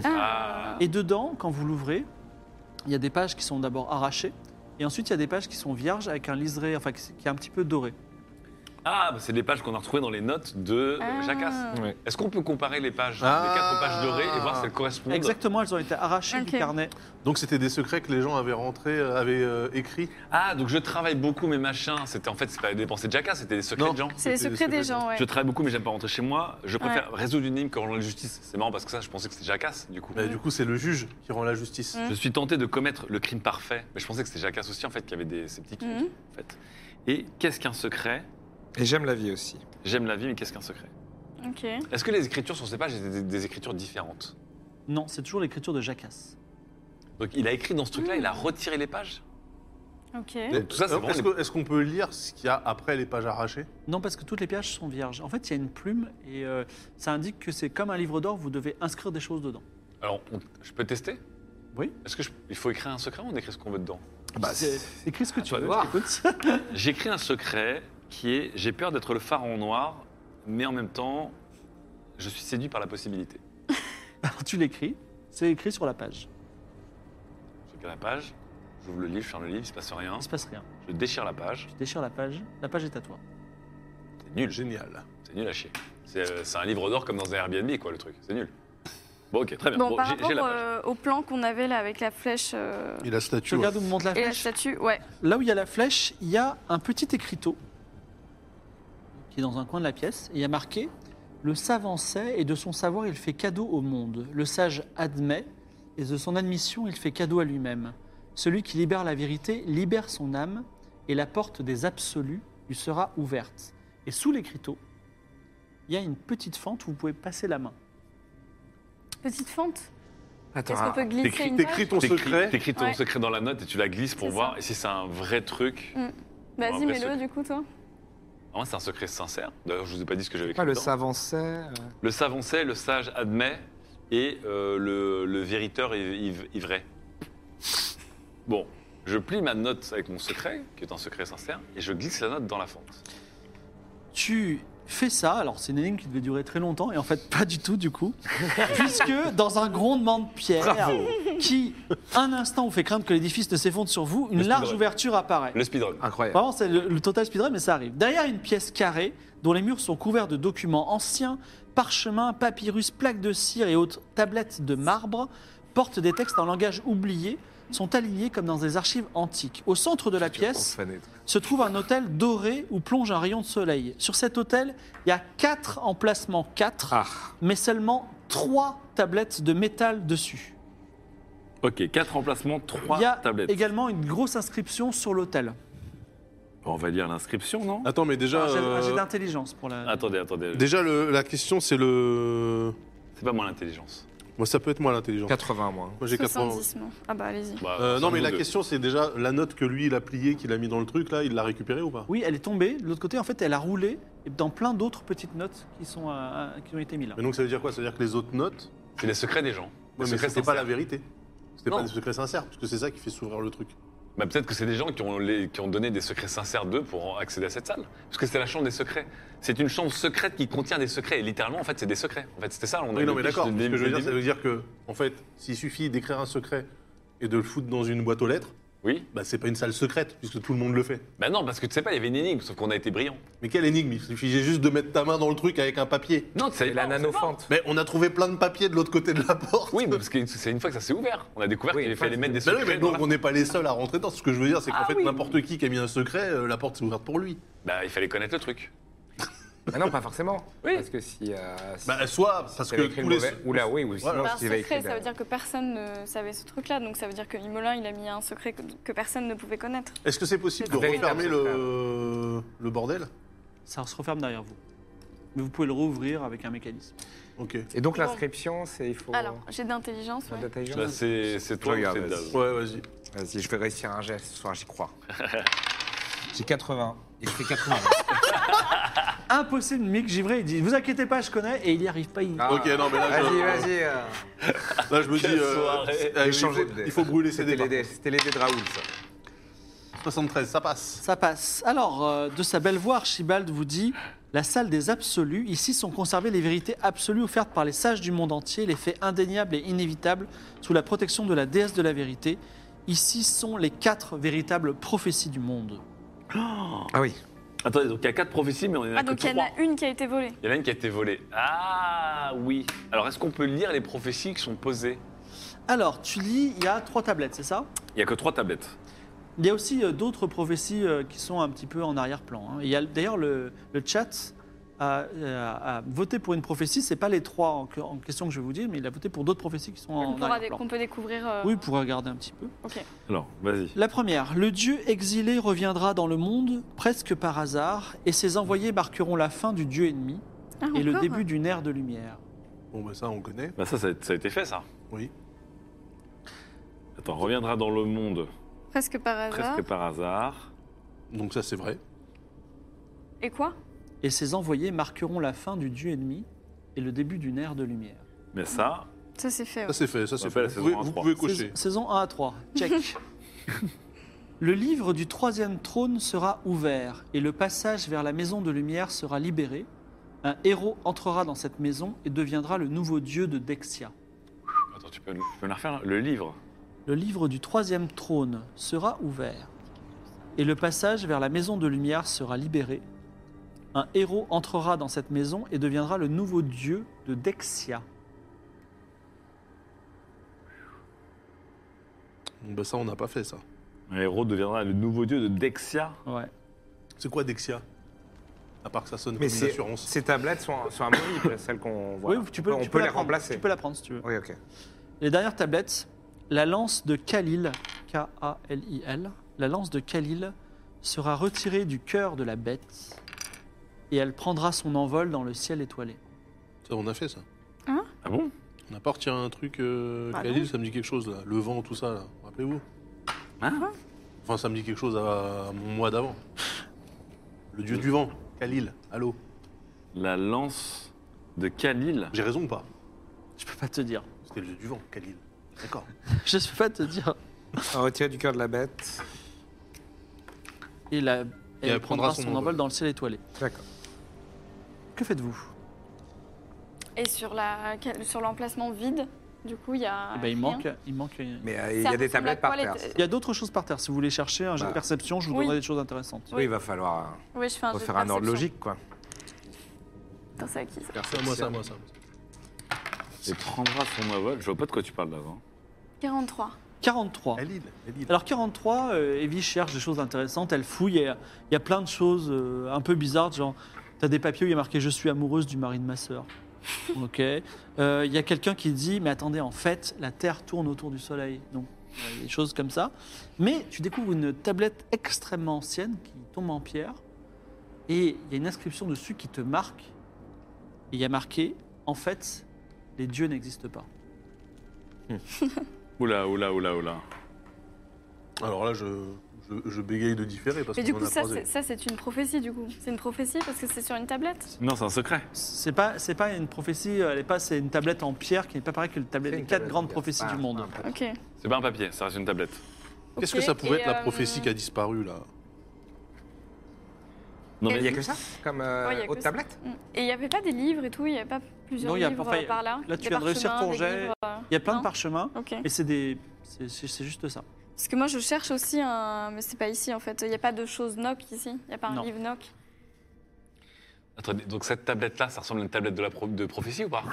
Speaker 5: Ah,
Speaker 1: Et dedans, quand vous l'ouvrez, il y a des pages qui sont d'abord arrachées Et ensuite, il y a des pages qui sont vierges avec un liseré, enfin, qui qui est un petit peu doré.
Speaker 5: Ah, bah, c'est des pages qu'on a retrouvées dans les notes de
Speaker 3: Ah.
Speaker 5: Euh, Jacasse.
Speaker 4: Ouais.
Speaker 5: Est-ce qu'on peut comparer les pages,
Speaker 2: Ah.
Speaker 5: les quatre pages dorées, et voir si elles correspondent
Speaker 1: Exactement, elles ont été arrachées
Speaker 3: Ok.
Speaker 1: du carnet.
Speaker 2: Donc c'était des secrets que les gens avaient rentrés, euh, avaient euh, écrits.
Speaker 5: Ah, donc je travaille beaucoup mes machins. C'était en fait, c'est pas des pensées de Jacasse, c'était des secrets
Speaker 2: Non.
Speaker 5: de gens.
Speaker 3: C'est les
Speaker 2: C'était des
Speaker 3: secrets des
Speaker 2: secrets,
Speaker 3: gens, ouais.
Speaker 5: Je travaille beaucoup, mais j'aime pas rentrer chez moi. Je préfère résoudre une énigme que rendre la justice. C'est marrant parce que ça, je pensais que c'était Jacasse, du coup.
Speaker 2: Bah, Du coup, c'est le juge qui rend la justice.
Speaker 3: Mm.
Speaker 5: Je suis tenté de commettre le crime parfait, mais je pensais que c'était Jacasse aussi, en fait, qui avait des sceptiques.
Speaker 3: Mhm.
Speaker 5: En fait. Et qu'est-ce qu'un secret
Speaker 4: Et j'aime la vie aussi.
Speaker 5: J'aime la vie, mais qu'est-ce qu'un secret
Speaker 3: Ok.
Speaker 5: Est-ce que les écritures sur ces pages étaient des, des écritures différentes
Speaker 1: Non, c'est toujours l'écriture de Jacasse.
Speaker 5: Donc il a écrit dans ce truc-là, il a retiré les pages
Speaker 3: Ok.
Speaker 2: Mais
Speaker 5: tout ça, c'est
Speaker 2: euh,
Speaker 5: vraiment
Speaker 2: Est-ce que- est-ce qu'on peut lire ce qu'il y a après les pages arrachées
Speaker 1: Non, parce que toutes les pages sont vierges. En fait, il y a une plume et euh, ça indique que c'est comme un livre d'or, vous devez inscrire des choses dedans.
Speaker 5: Alors, on- je peux tester
Speaker 1: Oui.
Speaker 5: Est-ce que je- il faut écrire un secret ou on écrit ce qu'on veut dedans
Speaker 4: Bah,
Speaker 1: C'est-
Speaker 4: c'est-
Speaker 1: Écris ce que tu
Speaker 5: toi de
Speaker 1: veux,
Speaker 5: voir.
Speaker 1: écoute.
Speaker 5: J'écris un secret qui est j'ai peur d'être le pharaon noir, mais en même temps, je suis séduit par la possibilité.
Speaker 1: Alors, tu l'écris, c'est écrit sur la page.
Speaker 5: J'écris la page, j'ouvre le livre, je ferme le livre, il se passe rien.
Speaker 1: Il se passe rien.
Speaker 5: Je déchire la page,
Speaker 1: Tu déchires la page, la page est à toi.
Speaker 5: c'est nul,
Speaker 2: Génial.
Speaker 5: c'est nul à chier. C'est euh, c'est un livre d'or comme dans un Airbnb, quoi, le truc, c'est nul. Bon, ok, très bien.
Speaker 3: Bon,
Speaker 5: Bon,
Speaker 3: par
Speaker 5: j'ai- j'ai la
Speaker 3: rapport
Speaker 5: page.
Speaker 3: euh, au plan qu'on avait là avec la flèche euh,
Speaker 2: Et la statue.
Speaker 1: Tu regardes où me monte la
Speaker 3: et la
Speaker 1: flèche.
Speaker 3: statue, ouais.
Speaker 1: Là où il y a la flèche, il y a un petit écriteau qui est dans un coin de la pièce. Et il y a marqué Le savant sait et de son savoir il fait cadeau au monde. Le sage admet et de son admission il fait cadeau à lui-même. Celui qui libère la vérité libère son âme et la porte des absolus lui sera ouverte. Et sous l'écriteau, il y a une petite fente où vous pouvez passer la main.
Speaker 3: Petite fente.
Speaker 4: Attends, ah,
Speaker 3: Est-ce qu'on peut glisser
Speaker 2: T'écris
Speaker 3: une
Speaker 2: t'écris
Speaker 3: page
Speaker 2: ton
Speaker 5: T'écris-
Speaker 2: secret.
Speaker 5: T'écris ton
Speaker 3: Ouais.
Speaker 5: secret dans la note et tu la glisses pour
Speaker 3: C'est
Speaker 5: voir
Speaker 3: ça.
Speaker 5: et si c'est un vrai truc.
Speaker 3: Vas-y,
Speaker 5: Ouais,
Speaker 3: mets-le
Speaker 5: après,
Speaker 3: du coup, toi.
Speaker 5: En vrai, c'est un secret sincère. D'ailleurs, je vous ai pas dit ce que j'avais écrit.
Speaker 4: ah, pas le
Speaker 5: dedans.
Speaker 4: savant sait. euh,
Speaker 5: Le savant sait, le sage admet, et euh, le, le vériteur est iv- ivré. Bon, je plie ma note avec mon secret, qui est un secret sincère, et je glisse la note dans la fente.
Speaker 1: Tu fais ça, alors c'est une énigme qui devait durer très longtemps, et en fait pas du tout du coup, puisque dans un grondement de pierre qui, un instant, vous fait craindre que l'édifice ne s'effondre sur vous, une
Speaker 5: Le
Speaker 1: large
Speaker 5: speedrun.
Speaker 1: ouverture apparaît.
Speaker 5: Le speedrun.
Speaker 4: Incroyable.
Speaker 1: Vraiment, c'est le, le total speedrun, mais ça arrive. Derrière une pièce carrée, dont les murs sont couverts de documents anciens, parchemins, papyrus, plaques de cire et autres tablettes de marbre, portent des textes en langage oublié, sont alignés comme dans des archives antiques. Au centre de la pièce,
Speaker 4: Profané.
Speaker 1: se trouve un hôtel doré où plonge un rayon de soleil. Sur cet hôtel, il y a quatre emplacements, quatre,
Speaker 4: Ah,
Speaker 1: mais seulement trois tablettes de métal dessus.
Speaker 5: Ok, quatre emplacements, trois
Speaker 1: Il y a
Speaker 5: tablettes.
Speaker 1: également une grosse inscription sur l'hôtel.
Speaker 5: On va lire l'inscription, non
Speaker 2: Attends, mais déjà.
Speaker 1: Un jet- un jet
Speaker 2: euh,
Speaker 1: d'intelligence pour la.
Speaker 5: Attendez, attendez.
Speaker 2: Déjà, le- la question, c'est le.
Speaker 5: C'est pas moi l'intelligence.
Speaker 2: Moi, ça peut être moi l'intelligence.
Speaker 4: 80 moins.
Speaker 2: Moi, j'ai 80.
Speaker 3: 70, moi. Ah bah, allez-y.
Speaker 5: Bah,
Speaker 2: Euh, non, mais
Speaker 5: nous
Speaker 2: la
Speaker 5: deux.
Speaker 2: question, c'est déjà la note que lui, il a pliée, qu'il a mis dans le truc, là, il l'a récupérée ou pas
Speaker 1: Oui, elle est tombée. De l'autre côté, en fait, elle a roulé et dans plein d'autres petites notes qui, sont, euh, qui ont été mises là.
Speaker 2: Mais donc, ça veut dire quoi Ça veut dire que les autres notes.
Speaker 5: C'est les secrets des gens. Les
Speaker 2: Ouais, mais
Speaker 5: secrets
Speaker 2: c'était pas
Speaker 5: sincères.
Speaker 2: la vérité. C'était
Speaker 5: Non.
Speaker 2: pas des secrets sincères, parce que c'est ça qui fait s'ouvrir le truc.
Speaker 5: Bah, Peut-être que c'est des gens qui ont, les- qui ont donné des secrets sincères d'eux pour accéder à cette salle. Parce que c'est la chambre des secrets. C'est une chambre secrète qui contient des secrets. Et littéralement, en fait, c'est des secrets. En fait, c'était ça. On a
Speaker 2: Oui,
Speaker 5: eu
Speaker 2: non,
Speaker 5: le
Speaker 2: mais
Speaker 5: pitch
Speaker 2: d'accord. Ce
Speaker 5: de-
Speaker 2: que je veux
Speaker 5: de-
Speaker 2: dire, ça veut dire que, en fait, s'il suffit d'écrire un secret et de le foutre dans une boîte aux lettres,
Speaker 5: Oui.
Speaker 2: bah, c'est pas une salle secrète, puisque tout le monde le fait.
Speaker 5: Bah non, parce que tu sais pas, il y avait une énigme, sauf qu'on a été brillants.
Speaker 2: Mais quelle énigme Il suffisait juste de mettre ta main dans le truc avec un papier.
Speaker 5: Non, c'est
Speaker 4: Et la nanofente.
Speaker 2: Mais on a trouvé plein de papiers de l'autre côté de la porte.
Speaker 5: Oui, mais parce que c'est une fois que ça s'est ouvert. On a découvert
Speaker 4: Oui,
Speaker 5: qu'il
Speaker 4: une
Speaker 5: fallait
Speaker 4: fois,
Speaker 5: mettre des
Speaker 2: Bah
Speaker 5: secrets.
Speaker 2: oui, mais
Speaker 5: dans
Speaker 2: donc
Speaker 5: la-
Speaker 2: on n'est pas les seuls à rentrer dedans. Ce que je veux dire, c'est qu'en
Speaker 5: Ah
Speaker 2: fait,
Speaker 5: oui.
Speaker 2: n'importe qui qui a mis un secret, euh, la porte s'est ouverte pour lui.
Speaker 5: Bah, il fallait connaître le truc.
Speaker 4: Ah non, pas forcément.
Speaker 5: Oui.
Speaker 4: Parce que si. euh, si
Speaker 2: Bah, soit parce
Speaker 4: t'avais
Speaker 2: que
Speaker 4: écrit
Speaker 2: tous
Speaker 4: le
Speaker 2: les.
Speaker 4: mauvais- Ou là, oui, ou sinon,
Speaker 2: Voilà.
Speaker 3: Par
Speaker 4: si t'avais
Speaker 3: secret,
Speaker 4: écrit
Speaker 3: ça veut dire que personne ne savait ce truc-là. Donc ça veut dire que Imolin, il a mis un secret que, que personne ne pouvait connaître.
Speaker 2: Est-ce que c'est possible de
Speaker 4: Un véritable
Speaker 2: refermer le... le bordel
Speaker 1: Ça se referme derrière vous. Mais vous pouvez le rouvrir avec un mécanisme.
Speaker 2: Ok. Ouais,
Speaker 4: Et donc l'inscription, c'est il faut.
Speaker 3: Alors, j'ai d'intelligence, ouais.
Speaker 4: L'intelligence.
Speaker 5: Bah, c'est c'est toi ou
Speaker 4: Regarde,
Speaker 5: c'est
Speaker 4: vas-y.
Speaker 5: Daz
Speaker 2: vas-y.
Speaker 4: Vas-y, je vais réussir un geste ce soir, j'y crois. J'ai 80. Et je fais 80.
Speaker 1: Impossible, Mick Givray, il dit Vous inquiétez pas, je connais, et il n'y arrive pas. il-
Speaker 4: Ah.
Speaker 2: Ok, non, mais là,
Speaker 4: Vas-y,
Speaker 2: je,
Speaker 4: vas-y. euh,
Speaker 2: là, je me dis.
Speaker 5: Quelle
Speaker 2: euh,
Speaker 5: soirée.
Speaker 2: euh, il, faut,
Speaker 4: échangez de dés.
Speaker 2: il faut brûler ses
Speaker 4: C'était les
Speaker 2: dés.
Speaker 4: dés- C'était les dés de Raoul, ça.
Speaker 2: 73, ça passe.
Speaker 1: Ça passe. Alors, euh, de sa belle voix, Archibald vous dit La salle des absolus. Ici sont conservées les vérités absolues offertes par les sages du monde entier, les faits indéniables et inévitables, sous la protection de la déesse de la vérité. Ici sont les quatre véritables prophéties du monde.
Speaker 4: Ah oui.
Speaker 5: Attendez, donc il y a quatre prophéties, mais on en a
Speaker 3: Ah,
Speaker 5: que
Speaker 3: donc il y en
Speaker 5: trois.
Speaker 3: a une qui a été volée.
Speaker 5: Il y en a une qui a été volée. Ah oui. Alors est-ce qu'on peut lire les prophéties qui sont posées
Speaker 1: Alors, tu lis, il y a trois tablettes, c'est ça
Speaker 5: Il y a que trois tablettes.
Speaker 1: Il y a aussi euh, d'autres prophéties euh, qui sont un petit peu en arrière-plan. hein. Il y a d'ailleurs le, le chat a, euh, a- a voté pour une prophétie. C'est pas les trois en, que- en question que je vais vous dire, mais il a voté pour d'autres prophéties qui sont
Speaker 3: Qu'on
Speaker 1: en
Speaker 3: pourra dé-
Speaker 1: arrière-plan.
Speaker 3: qu'on peut découvrir. euh,
Speaker 1: Oh, Oui, vous pourrez regarder un petit peu.
Speaker 5: Alors, vas-y.
Speaker 1: La première, le dieu exilé reviendra dans le monde presque par hasard, et ses envoyés marqueront la fin du dieu ennemi
Speaker 3: ah,
Speaker 1: et le
Speaker 3: encore
Speaker 1: début d'une ère de lumière.
Speaker 2: Bon, bah ça, on connaît.
Speaker 5: Bah ça, ça a, ça a été fait, ça.
Speaker 2: Oui.
Speaker 5: Attends, reviendra dans le monde
Speaker 3: Presque par hasard.
Speaker 5: presque par hasard.
Speaker 2: Donc, ça, c'est vrai.
Speaker 3: Et quoi
Speaker 1: Et ses envoyés marqueront la fin du dieu ennemi et le début d'une ère de lumière.
Speaker 5: Mais ça,
Speaker 3: Ça, c'est fait. ouais.
Speaker 2: Ça, c'est fait. Ça, c'est
Speaker 5: rappelle
Speaker 2: fait.
Speaker 5: la
Speaker 2: Vous
Speaker 5: saison
Speaker 2: pouvez,
Speaker 5: un,
Speaker 2: vous
Speaker 5: trois.
Speaker 2: pouvez
Speaker 1: Sais-
Speaker 2: cocher.
Speaker 1: Saison 1 à 3, check. le livre du troisième trône sera ouvert et le passage vers la maison de lumière sera libéré. Un héros entrera dans cette maison et deviendra le nouveau dieu de Dexia.
Speaker 5: Attends, tu peux, tu peux me la refaire Le livre.
Speaker 1: Le livre du troisième trône sera ouvert et le passage vers la maison de lumière sera libéré. Un héros entrera dans cette maison et deviendra le nouveau dieu de Dexia.
Speaker 2: Bon, bah ça, on n'a pas fait ça.
Speaker 5: Un héros deviendra le nouveau dieu de Dexia.
Speaker 1: Ouais.
Speaker 2: C'est quoi Dexia À part que ça sonne comme
Speaker 4: Mais
Speaker 2: une
Speaker 4: c'est-
Speaker 2: assurance.
Speaker 4: ces tablettes sont, sont amovibles, celles qu'on voit.
Speaker 1: Oui, tu peux,
Speaker 4: on peut,
Speaker 1: tu
Speaker 4: on
Speaker 1: peux
Speaker 4: peut les
Speaker 1: la prendre,
Speaker 4: remplacer.
Speaker 1: Tu peux la prendre si tu veux.
Speaker 4: Oui, ok.
Speaker 1: Les dernières tablettes, la lance de Khalil, K-A-L-I-L, la lance de Khalil sera retirée du cœur de la bête et elle prendra son envol dans le ciel étoilé.
Speaker 2: Ça, on a fait ça.
Speaker 3: Hein
Speaker 5: Ah bon
Speaker 2: On a pas retiré un truc. Euh,
Speaker 3: Ah
Speaker 2: Khalil, ça me dit quelque chose, là. Le vent, tout ça, là. Rappelez-vous.
Speaker 5: Hein
Speaker 2: Enfin, ça me dit quelque chose à, à mon mois d'avant. Le dieu du vent, Khalil. Allô
Speaker 5: La lance de Khalil.
Speaker 2: J'ai raison ou pas
Speaker 1: Je peux pas te dire.
Speaker 2: C'était le dieu du vent, Khalil. D'accord.
Speaker 1: Je peux pas te dire.
Speaker 4: Un retiré du cœur de la bête.
Speaker 1: Et, la- elle,
Speaker 2: elle
Speaker 1: prendra, son, envol dans le ciel étoilé.
Speaker 4: D'accord.
Speaker 1: Que faites-vous
Speaker 3: Et sur la sur l'emplacement vide, du coup, il y a.
Speaker 1: Eh ben, il
Speaker 3: Ah, rien.
Speaker 1: manque, il manque. Il
Speaker 4: Mais euh, il y
Speaker 3: Ça
Speaker 4: a des
Speaker 3: ressemble à
Speaker 4: tablettes
Speaker 3: quoi,
Speaker 4: par
Speaker 3: les-
Speaker 4: terre.
Speaker 1: y a d'autres choses par terre. Si vous voulez chercher un jet de
Speaker 4: Bah.
Speaker 1: perception, je vous
Speaker 3: Oui.
Speaker 1: donnerai des choses intéressantes.
Speaker 4: Oui, il va falloir euh,
Speaker 3: Oui, je fais un jet de
Speaker 4: refaire un ordre
Speaker 3: perception.
Speaker 4: logique, quoi.
Speaker 3: Putain, c'est à qui ça
Speaker 2: Ça, moi, ça, moi, ça.
Speaker 5: Et prendra son envol. Je vois pas de quoi tu parles d'avant.
Speaker 3: 43.
Speaker 1: 43.
Speaker 2: Khalil, Khalil.
Speaker 1: Alors 43, euh, Evie cherche des choses intéressantes, elle fouille, et euh, il y a plein de choses euh, un peu bizarres, genre t'as des papiers où il y a marqué je suis amoureuse du mari de ma sœur. ok. Euh, Il y a quelqu'un qui dit mais attendez en fait la Terre tourne autour du Soleil, donc il y a des choses comme ça. Mais tu découvres une tablette extrêmement ancienne qui tombe en pierre et il y a une inscription dessus qui te marque. Et Il y a marqué en fait les dieux n'existent pas.
Speaker 5: Oula, oula, oula, oula.
Speaker 2: Alors là, je, je, je bégaye de différer parce
Speaker 3: Mais
Speaker 2: qu'on
Speaker 3: du
Speaker 2: en
Speaker 3: coup,
Speaker 2: a
Speaker 3: ça,
Speaker 2: croisé.
Speaker 3: c'est- ça, c'est une prophétie, du coup. C'est une prophétie parce que c'est sur une tablette.
Speaker 5: Non, c'est un secret.
Speaker 1: C'est pas, c'est pas une prophétie, euh, elle est pas, c'est une tablette en pierre qui n'est pas pareille que le tablette
Speaker 4: C'est
Speaker 1: des
Speaker 4: une
Speaker 1: quatre
Speaker 4: tablette,
Speaker 1: grandes
Speaker 4: regarde.
Speaker 1: prophéties
Speaker 4: Ah,
Speaker 1: du monde.
Speaker 4: ah,
Speaker 3: Ok.
Speaker 5: C'est pas un papier, ça reste une tablette.
Speaker 2: Qu'est-ce
Speaker 3: Ok,
Speaker 2: que ça pouvait
Speaker 3: et,
Speaker 2: être la
Speaker 3: euh,
Speaker 2: prophétie qui a disparu là
Speaker 5: Non,
Speaker 4: Il
Speaker 5: mais
Speaker 4: n'y a que ça Comme euh,
Speaker 3: Ouais, il y a que
Speaker 4: autre
Speaker 3: ça.
Speaker 4: tablette
Speaker 3: Mm. Et il n'y avait pas des livres et tout, il n'y avait pas plusieurs
Speaker 1: Non, il y a-
Speaker 3: livres
Speaker 1: enfin,
Speaker 3: euh, par là.
Speaker 1: là, tu
Speaker 3: Des
Speaker 1: viens de réussir
Speaker 3: parchemins,
Speaker 1: ton
Speaker 3: des
Speaker 1: jet.
Speaker 3: livres, euh,
Speaker 1: Il y a plein
Speaker 3: non
Speaker 1: de parchemins,
Speaker 3: Ok.
Speaker 1: et c'est des, c'est- c'est c'est juste ça.
Speaker 3: Parce que moi, je cherche aussi un. Mais c'est pas ici, en fait. Il n'y a pas de choses knock ici. Il n'y a pas un
Speaker 1: Non.
Speaker 3: livre knock.
Speaker 5: Attendez, donc cette tablette-là, ça ressemble à une tablette de, la pro- de prophétie ou pas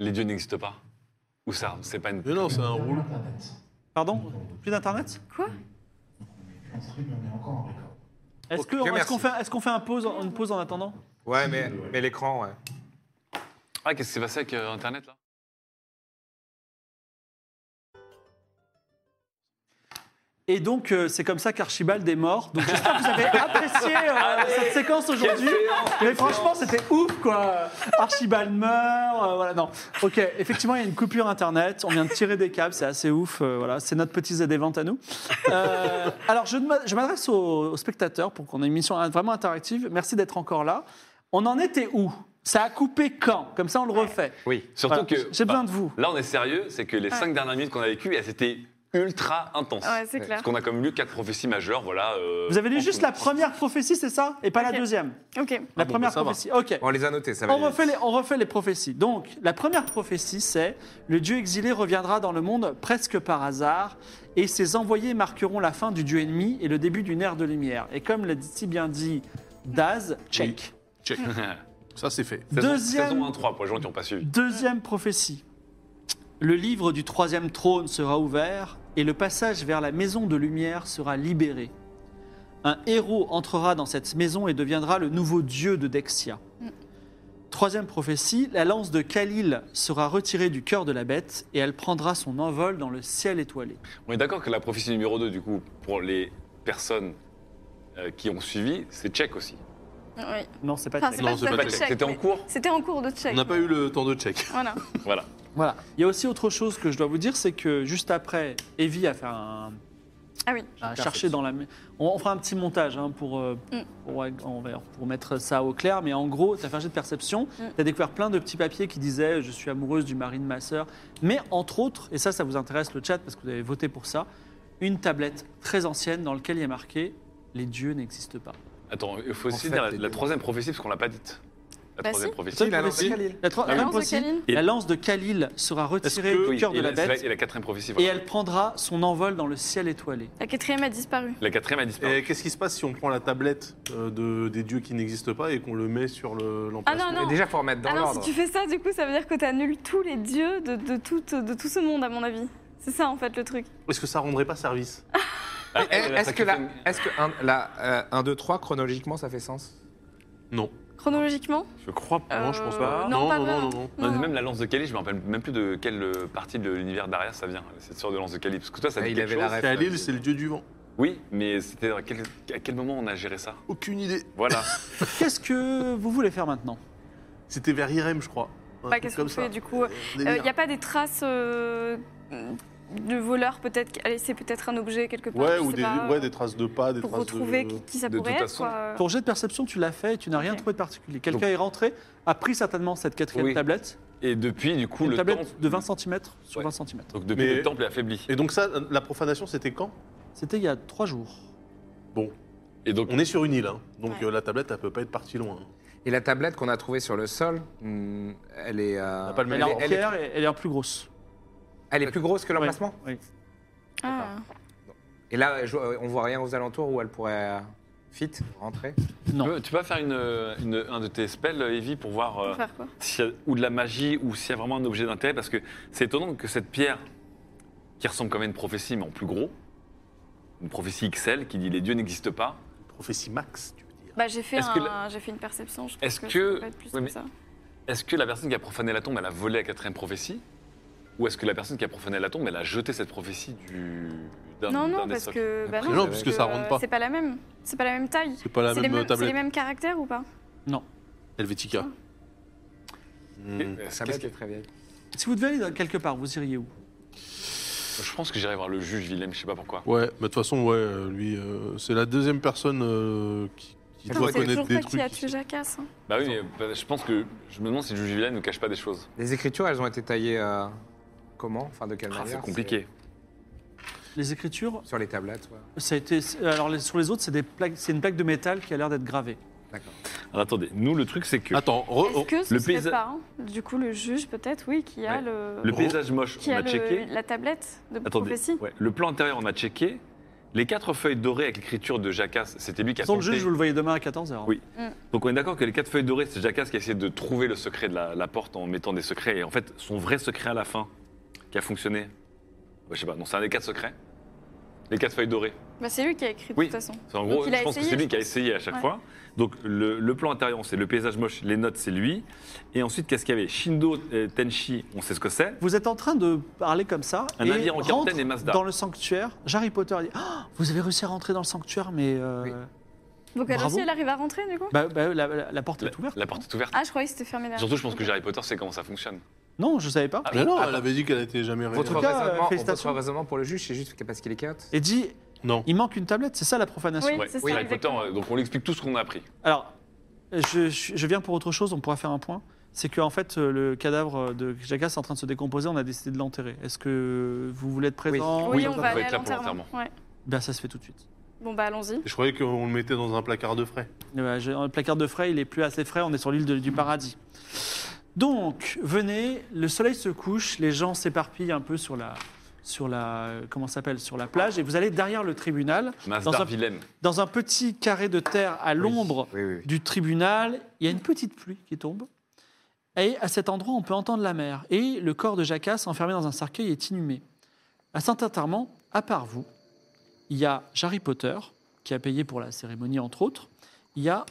Speaker 5: Les dieux n'existent pas Ou ça C'est pas une.
Speaker 2: Mais non, c'est un rouleau.
Speaker 1: Pardon Plus d'internet
Speaker 3: Quoi
Speaker 1: Est-ce que-
Speaker 4: Ok,
Speaker 1: est-ce
Speaker 4: merci.
Speaker 1: qu'on fait, est-ce qu'on fait un pause, en- une pause en attendant
Speaker 4: Ouais, mais, mais l'écran, ouais.
Speaker 5: Ah, qu'est-ce qui s'est passé avec euh, Internet là
Speaker 1: Et donc, euh, c'est comme ça qu'Archibald est mort. Donc, j'espère que vous avez apprécié euh, cette séquence aujourd'hui. Mais franchement, c'était ouf, quoi. Archibald meurt, euh, voilà, non. Ok, effectivement, il y a une coupure Internet. On vient de tirer des câbles, c'est assez ouf. euh, voilà, c'est notre petit Z-Event à nous. Euh, alors, je m'a- je m'adresse aux, aux spectateurs pour qu'on ait une mission euh, vraiment interactive. Merci d'être encore là. On en était où Ça a coupé quand Comme ça, on le refait.
Speaker 4: Oui.
Speaker 5: Surtout
Speaker 1: Voilà.
Speaker 5: que.
Speaker 1: J'ai besoin
Speaker 5: bah,
Speaker 1: de vous.
Speaker 5: Là, on est sérieux, c'est que les cinq dernières minutes qu'on a vécues, elles étaient ultra intense.
Speaker 3: Ah Ouais, c'est clair.
Speaker 5: Parce qu'on a comme lu quatre prophéties majeures, voilà. euh,
Speaker 1: Vous avez
Speaker 5: en
Speaker 1: lu juste
Speaker 5: tout.
Speaker 1: la première prophétie, c'est ça Et pas
Speaker 3: Ok.
Speaker 1: la deuxième
Speaker 3: Ok.
Speaker 1: La
Speaker 2: bon,
Speaker 1: première
Speaker 2: bah, ça va.
Speaker 1: prophétie, ok.
Speaker 4: On les a notés, ça va
Speaker 1: On
Speaker 4: aller
Speaker 1: refait,
Speaker 4: vite.
Speaker 1: les, on refait les prophéties. Donc, la première prophétie, c'est le dieu exilé reviendra dans le monde presque par hasard, et ses envoyés marqueront la fin du dieu ennemi et le début d'une ère de lumière. Et comme l'a dit- si bien dit Daz, check.
Speaker 2: Check. Ça, c'est fait.
Speaker 5: Saison-
Speaker 1: Deuxième-
Speaker 5: Saison 1-3 pour les gens qui n'ont pas suivi.
Speaker 1: Deuxième prophétie. Le livre du troisième trône sera ouvert et le passage vers la maison de lumière sera libéré. Un héros entrera dans cette maison et deviendra le nouveau dieu de Dexia. Troisième prophétie, la lance de Khalil sera retirée du cœur de la bête et elle prendra son envol dans le ciel étoilé.
Speaker 5: On est d'accord que la prophétie numéro 2, du coup, pour les personnes euh, qui ont suivi, c'est check aussi.
Speaker 3: Oui.
Speaker 1: Non, c'est pas
Speaker 3: Enfin,
Speaker 1: très-
Speaker 3: Ah, c'est
Speaker 2: Non,
Speaker 3: pas
Speaker 2: c'est
Speaker 3: tout à
Speaker 2: pas
Speaker 3: fait
Speaker 2: check.
Speaker 3: check,
Speaker 5: C'était en
Speaker 3: mais
Speaker 5: cours
Speaker 3: C'était en cours de check.
Speaker 2: On n'a pas eu le temps de check.
Speaker 3: Voilà.
Speaker 5: Voilà.
Speaker 1: Voilà. Il y a aussi autre chose que je dois vous dire, c'est que juste après, Evie a fait un,
Speaker 3: Ah oui.
Speaker 1: à chercher dans la. On, on fera un petit montage hein, pour, euh,
Speaker 3: Mm.
Speaker 1: pour, euh, on va- pour mettre ça au clair, mais en gros, tu as fait un jet de perception,
Speaker 3: Mm.
Speaker 1: tu as découvert plein de petits papiers qui disaient Je suis amoureuse du mari de ma sœur, mais entre autres, et ça, ça vous intéresse le chat parce que vous avez voté pour ça, une tablette très ancienne dans laquelle il y a marqué Les dieux n'existent pas.
Speaker 5: Attends, il faut aussi
Speaker 4: En fait,
Speaker 5: dire la,
Speaker 4: les
Speaker 5: la
Speaker 4: deux.
Speaker 5: troisième prophétie, parce qu'on l'a pas dite. La
Speaker 3: Bah
Speaker 5: troisième
Speaker 3: si.
Speaker 5: prophétie.
Speaker 4: Si, la lance de Khalil.
Speaker 1: La, tro- la
Speaker 5: Ah oui.
Speaker 1: lance de Khalil-
Speaker 3: Khalil.
Speaker 1: la lance de Khalil sera
Speaker 5: Est-ce
Speaker 1: retirée
Speaker 5: que-
Speaker 1: du cœur
Speaker 5: et
Speaker 1: de
Speaker 5: la-
Speaker 1: la bête
Speaker 5: Et la quatrième prophétie,
Speaker 1: et
Speaker 5: voilà.
Speaker 1: elle prendra son envol dans le ciel étoilé.
Speaker 3: La quatrième a disparu.
Speaker 5: La quatrième a disparu.
Speaker 2: Et qu'est-ce qui se passe si on prend la tablette euh, de, des dieux qui n'existent pas et qu'on le met sur le-
Speaker 3: Ah
Speaker 2: l'emplacement
Speaker 3: non, non.
Speaker 4: Mais déjà, faut remettre dans
Speaker 3: Ah non, si
Speaker 4: l'ordre.
Speaker 3: tu fais ça, du coup, ça veut dire que t'annules tous les dieux de, de, tout, de tout ce monde, à mon avis. C'est ça, en fait, le truc.
Speaker 2: Est-ce que ça rendrait pas service
Speaker 5: Ah,
Speaker 4: Eh,
Speaker 5: elle a
Speaker 4: Est-ce que la,
Speaker 5: sacrifié
Speaker 4: est-ce que un- la, euh, un, deux, trois, chronologiquement, ça fait sens
Speaker 2: Non.
Speaker 3: Chronologiquement
Speaker 5: une- Je crois pas.
Speaker 2: Non, je pense
Speaker 3: Euh,
Speaker 2: pas.
Speaker 3: non, pas
Speaker 2: non, non,
Speaker 3: vraiment.
Speaker 2: non.
Speaker 5: Non,
Speaker 3: non.
Speaker 5: Même la lance de Kali, je me rappelle même plus de quelle euh, partie de l'univers d'Aria ça vient. Cette sorte de lance de Kali. Parce que toi, ça
Speaker 4: Ah,
Speaker 5: dit
Speaker 4: il
Speaker 5: quelque
Speaker 4: avait la
Speaker 5: chose.
Speaker 4: ref.
Speaker 2: C'est à Lille, c'est le dieu du vent.
Speaker 5: Oui, mais c'était à quel, à quel moment on a géré ça
Speaker 2: Aucune idée.
Speaker 5: Voilà.
Speaker 1: Qu'est-ce que vous voulez faire maintenant
Speaker 2: C'était vers Irem, je crois. Un
Speaker 3: Bah,
Speaker 2: truc
Speaker 3: qu'est-ce
Speaker 2: comme
Speaker 3: qu'on
Speaker 2: ça. Euh,
Speaker 3: fait, du coup
Speaker 2: Des
Speaker 3: Il
Speaker 2: liens.
Speaker 3: n'y Euh, a pas des traces euh, de voleurs, peut-être, qui a laissé peut-être un objet quelque part
Speaker 2: Ouais,
Speaker 3: je
Speaker 2: ou
Speaker 3: sais
Speaker 2: des,
Speaker 3: pas,
Speaker 2: ouais, des traces de pas, des
Speaker 3: Pour
Speaker 2: traces
Speaker 3: retrouver
Speaker 2: de...
Speaker 3: qui, qui ça
Speaker 5: de
Speaker 3: pourrait
Speaker 5: toute
Speaker 3: être,
Speaker 5: façon.
Speaker 3: quoi.
Speaker 1: Ah. Ton jet de perception, tu l'as fait et tu n'as rien
Speaker 3: Ok.
Speaker 1: trouvé de particulier. Quelqu'un est rentré, a pris certainement cette quatrième
Speaker 5: Oui.
Speaker 1: tablette,
Speaker 5: Et depuis, du coup,
Speaker 1: une
Speaker 5: le
Speaker 1: tablette
Speaker 5: temple.
Speaker 1: de 20 cm sur
Speaker 5: Ouais.
Speaker 1: 20 cm.
Speaker 5: Donc depuis,
Speaker 2: Mais-
Speaker 5: le temple est affaibli.
Speaker 2: Et donc ça, la profanation, c'était quand
Speaker 1: C'était il y a trois jours.
Speaker 5: Et donc,
Speaker 2: On est sur une île, hein. donc
Speaker 3: Ouais.
Speaker 2: euh, la tablette, elle peut pas être partie loin. hein.
Speaker 4: Et la tablette qu'on a trouvée sur le sol, hmm, elle est, euh,
Speaker 2: n'a pas le
Speaker 1: Mais
Speaker 2: même
Speaker 4: elle,
Speaker 1: elle, en
Speaker 4: est- elle est,
Speaker 1: pierre et elle est en plus grosse.
Speaker 4: elle est plus grosse que l'emplacement.
Speaker 1: Oui.
Speaker 3: Ah.
Speaker 4: Et là, je- euh, on voit rien aux alentours où elle pourrait euh, fit rentrer.
Speaker 5: tu
Speaker 1: Non.
Speaker 5: peux, tu peux faire une, une- un de tes spells, Evie, pour voir
Speaker 3: Pour
Speaker 5: euh,
Speaker 3: faire quoi
Speaker 5: s'il y a ou de la magie ou s'il y a vraiment un objet d'intérêt Parce que c'est étonnant que cette pierre, qui ressemble quand même à une prophétie, mais en plus gros, une prophétie XL qui dit les dieux n'existent pas.
Speaker 2: Prophétie Max, tu veux dire.
Speaker 3: Bah, j'ai fait,
Speaker 5: Est-ce que
Speaker 3: un-
Speaker 5: la-
Speaker 3: j'ai fait une perception, je pense
Speaker 5: Est-ce
Speaker 3: que,
Speaker 5: que-
Speaker 3: ça peut être plus
Speaker 5: Oui,
Speaker 3: comme
Speaker 5: mais-
Speaker 3: ça.
Speaker 5: Est-ce que la personne qui a profané la tombe, elle a volé la quatrième prophétie Ou est-ce que la personne qui a profané la tombe, elle a jeté cette prophétie du. d'un-
Speaker 3: Non,
Speaker 5: d'un
Speaker 3: non,
Speaker 5: des
Speaker 3: parce
Speaker 5: socles
Speaker 3: que... bah
Speaker 4: Après,
Speaker 3: non,
Speaker 4: non,
Speaker 3: parce
Speaker 4: parce
Speaker 2: que ça rentre
Speaker 3: euh,
Speaker 2: pas.
Speaker 3: C'est pas la même. C'est pas la même taille.
Speaker 2: C'est pas la
Speaker 3: C'est les
Speaker 2: même euh,
Speaker 3: mêmes- c'est les
Speaker 2: tablette.
Speaker 3: mêmes caractères ou pas
Speaker 2: Helvetica.
Speaker 3: Ah.
Speaker 2: Hmm.
Speaker 5: Est-ce
Speaker 4: Sa
Speaker 5: qu'est-ce
Speaker 4: tablette est très vieille.
Speaker 1: Si vous devez aller dans- quelque part, vous iriez où
Speaker 5: que- Je pense que j'irai voir le juge Willem, je sais pas pourquoi.
Speaker 2: Ouais, mais de toute façon, ouais, euh, lui, euh, c'est la deuxième personne euh, qui, qui
Speaker 3: Putain,
Speaker 2: doit
Speaker 3: c'est
Speaker 2: connaître
Speaker 3: toujours
Speaker 2: des
Speaker 3: pas qui
Speaker 2: trucs.
Speaker 3: a
Speaker 2: ici.
Speaker 3: tué Jacasse. hein.
Speaker 5: Bah oui, mais bah, je pense que je me demande si le juge Willem ne cache pas des choses.
Speaker 4: Les écritures, elles ont été taillées euh, comment Enfin, de quelle
Speaker 5: Ah,
Speaker 4: manière
Speaker 5: c'est compliqué.
Speaker 1: Les écritures,
Speaker 4: Sur les tablettes, ouais.
Speaker 1: ça a été. Alors les- sur les autres, c'est des plaques- c'est une plaque de métal qui a l'air d'être gravée.
Speaker 4: D'accord.
Speaker 5: Alors, attendez, nous le truc c'est que
Speaker 2: Attends, re-
Speaker 3: Est-ce que ce
Speaker 5: le
Speaker 3: serait
Speaker 5: paysage-
Speaker 3: pas, hein, du coup, le juge, peut-être, oui, qui a
Speaker 5: Ouais.
Speaker 3: le...
Speaker 5: le paysage moche,
Speaker 3: Qui
Speaker 5: on
Speaker 3: a
Speaker 5: a
Speaker 3: le-
Speaker 5: checké.
Speaker 3: la tablette de
Speaker 5: Attendez,
Speaker 3: prophétie
Speaker 5: ouais, le plan intérieur, on a checké. Les quatre feuilles dorées avec l'écriture de Jacasse, c'était lui qui a
Speaker 1: Sans le
Speaker 5: tenté.
Speaker 1: juge, vous le voyez demain à 14h.
Speaker 5: Oui. Donc on est d'accord que les quatre feuilles dorées, c'est Jacasse qui a essayé de trouver le secret de la, la porte en mettant des secrets. Et en fait, son vrai secret à la fin, qui a fonctionné, bah, je sais pas, non, c'est un des quatre secrets. Les quatre feuilles dorées.
Speaker 3: Bah, c'est lui qui a écrit, de
Speaker 5: Oui.
Speaker 3: toute façon.
Speaker 5: C'est en
Speaker 3: Donc,
Speaker 5: gros,
Speaker 3: il a
Speaker 5: je pense que
Speaker 3: essayé,
Speaker 5: c'est lui
Speaker 3: je
Speaker 5: qui a
Speaker 3: pense.
Speaker 5: essayé à chaque
Speaker 3: Ouais.
Speaker 5: fois. Donc le, le plan intérieur, c'est le paysage moche, les notes, c'est lui. Et ensuite, qu'est-ce qu'il y avait Shindo euh, Tenshi, on sait ce que c'est.
Speaker 1: Vous êtes en train de parler comme ça.
Speaker 5: Un
Speaker 1: et
Speaker 5: navire en
Speaker 1: rentre
Speaker 5: quarantaine et Mazda.
Speaker 1: Dans le sanctuaire, Harry Potter dit Ah, Vous avez réussi à rentrer dans le sanctuaire, mais. euh,
Speaker 4: Oui.
Speaker 3: Donc, elle
Speaker 1: Bravo.
Speaker 3: aussi, elle arrive à rentrer, du coup
Speaker 1: bah, bah, la, la- la porte
Speaker 5: La,
Speaker 1: est ouverte.
Speaker 5: la porte est ouverte.
Speaker 3: Ah, je croyais que c'était fermé derrière.
Speaker 5: Surtout, je pense que Harry Potter sait comment ça fonctionne.
Speaker 1: Non, je savais pas.
Speaker 3: Ah,
Speaker 2: Mais non, elle avait dit qu'elle était jamais
Speaker 4: Votre,
Speaker 1: tout cas, euh,
Speaker 4: raisonnement,
Speaker 1: félicitations.
Speaker 4: votre raisonnement pour le juge, c'est juste que- parce qu'il est cat.
Speaker 1: Et dit
Speaker 2: Non.
Speaker 1: Il manque une tablette, c'est ça la profanation.
Speaker 3: Oui, c'est ça,
Speaker 5: Harry Potter,
Speaker 3: exactement.
Speaker 5: euh, donc on lui explique tout ce qu'on a appris.
Speaker 1: Alors, je, je- je viens pour autre chose, on pourra faire un point. c'est que en fait euh, le cadavre de Jagas est en train de se décomposer, on a décidé de l'enterrer. Est-ce que vous voulez être présent
Speaker 3: Oui, on va
Speaker 5: on va
Speaker 3: aller
Speaker 5: être
Speaker 3: à
Speaker 5: là pour
Speaker 3: l'enterrement. Ouais.
Speaker 1: Ben ça se fait tout de suite.
Speaker 3: Bon, bah allons-y.
Speaker 2: Je croyais qu'on le mettait dans un placard de frais.
Speaker 1: Eh ben, j'ai- le placard de frais, il est plus assez frais, on est sur l'île de- du paradis. Donc, venez, le soleil se couche, les gens s'éparpillent un peu sur la sur la euh, comment ça s'appelle sur la plage et vous allez derrière le tribunal
Speaker 5: Masdar
Speaker 1: Dans un-
Speaker 5: Willem.
Speaker 1: dans un petit carré de terre à l'ombre
Speaker 4: Oui, oui, oui.
Speaker 1: du tribunal, il y a une petite pluie qui tombe. Et à cet endroit, on peut entendre la mer. Et le corps de Jacasse, enfermé dans un cercueil, est inhumé. À Saint-Interment, à part vous, il y a Harry Potter, qui a payé pour la cérémonie, entre autres. Il y a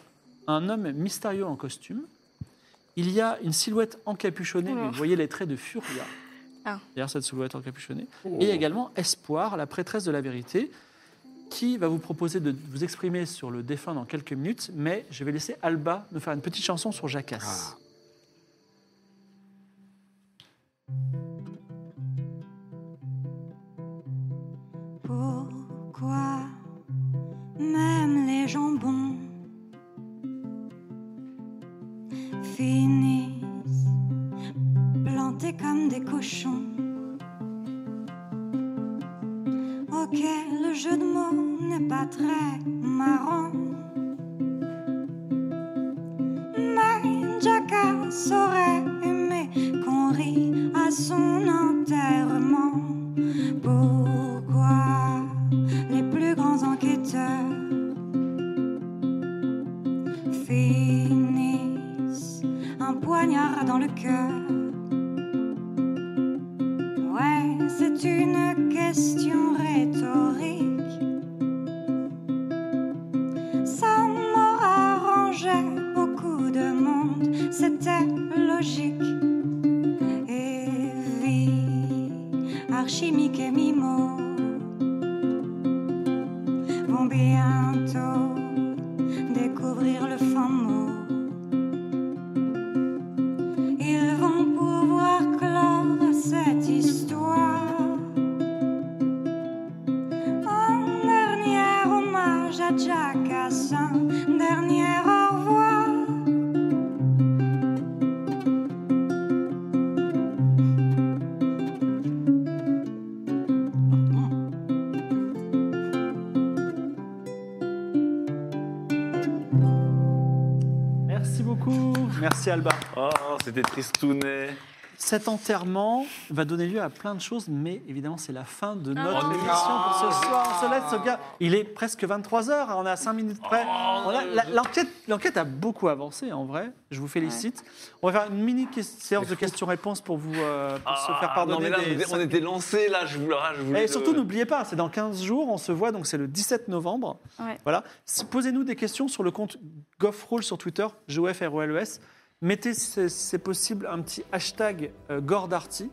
Speaker 1: un homme mystérieux en costume. Il y a une silhouette encapuchonnée, mais
Speaker 3: Oh.
Speaker 1: vous voyez les traits de Furia.
Speaker 3: Ah.
Speaker 1: Derrière cette silhouette encapuchonnée. Et il y a également Espoir, la prêtresse de la vérité, qui va vous proposer de vous exprimer sur le défunt dans quelques minutes, mais je vais laisser Alba nous faire une petite chanson sur Jacasse.
Speaker 6: Pourquoi même les jambons finissent plantés comme des cochons Ok, le jeu de mots n'est pas très marrant. Mais Jackass aurait aimé qu'on rit à son enterrement. Pourquoi les plus grands enquêteurs finissent un poignard dans le cœur Ouais, c'est une question rhétorique. Ça m'arrangeait beaucoup de monde, c'était logique. Et vie archimique et mimo vont bientôt découvrir le fin mot. Ils vont pouvoir clore cette histoire. Un dernier hommage à Jack Hassan, dernier au revoir.
Speaker 1: Merci beaucoup. Merci Alba.
Speaker 5: Oh, c'était tristounet.
Speaker 1: Cet enterrement va donner lieu à plein de choses, mais évidemment, c'est la fin de notre
Speaker 3: non.
Speaker 1: émission pour ce soir. On se laisse, ce gars. Il est presque 23h, on est à 5 minutes près.
Speaker 5: Oh,
Speaker 1: On a- la- L'enquête l'enquête a beaucoup avancé, en vrai. Je vous félicite. On va faire une mini que- séance de questions-réponses pour vous euh, pour se
Speaker 5: Ah,
Speaker 1: faire pardonner.
Speaker 5: Non, mais là,
Speaker 1: des-
Speaker 5: on était lancés, là, je vous le je voulais
Speaker 1: Et
Speaker 5: le-
Speaker 1: surtout, n'oubliez pas, c'est dans 15 jours, on se voit, donc c'est le 17 novembre.
Speaker 3: Ouais.
Speaker 1: Voilà. Si- Posez-nous des questions sur le compte GoffRoll sur Twitter, g o f r o l e s Mettez, si c'est possible, un petit hashtag euh, Gordarty.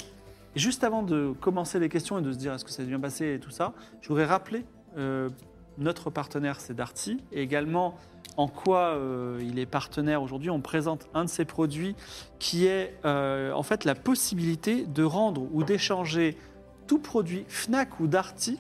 Speaker 1: Et Juste avant de commencer les questions et de se dire est-ce que ça s'est bien passé et tout ça, je voudrais rappeler euh, notre partenaire, c'est Darty, et également en quoi euh, il est partenaire aujourd'hui. On présente un de ses produits qui est euh, en fait la possibilité de rendre ou d'échanger tout produit Fnac ou Darty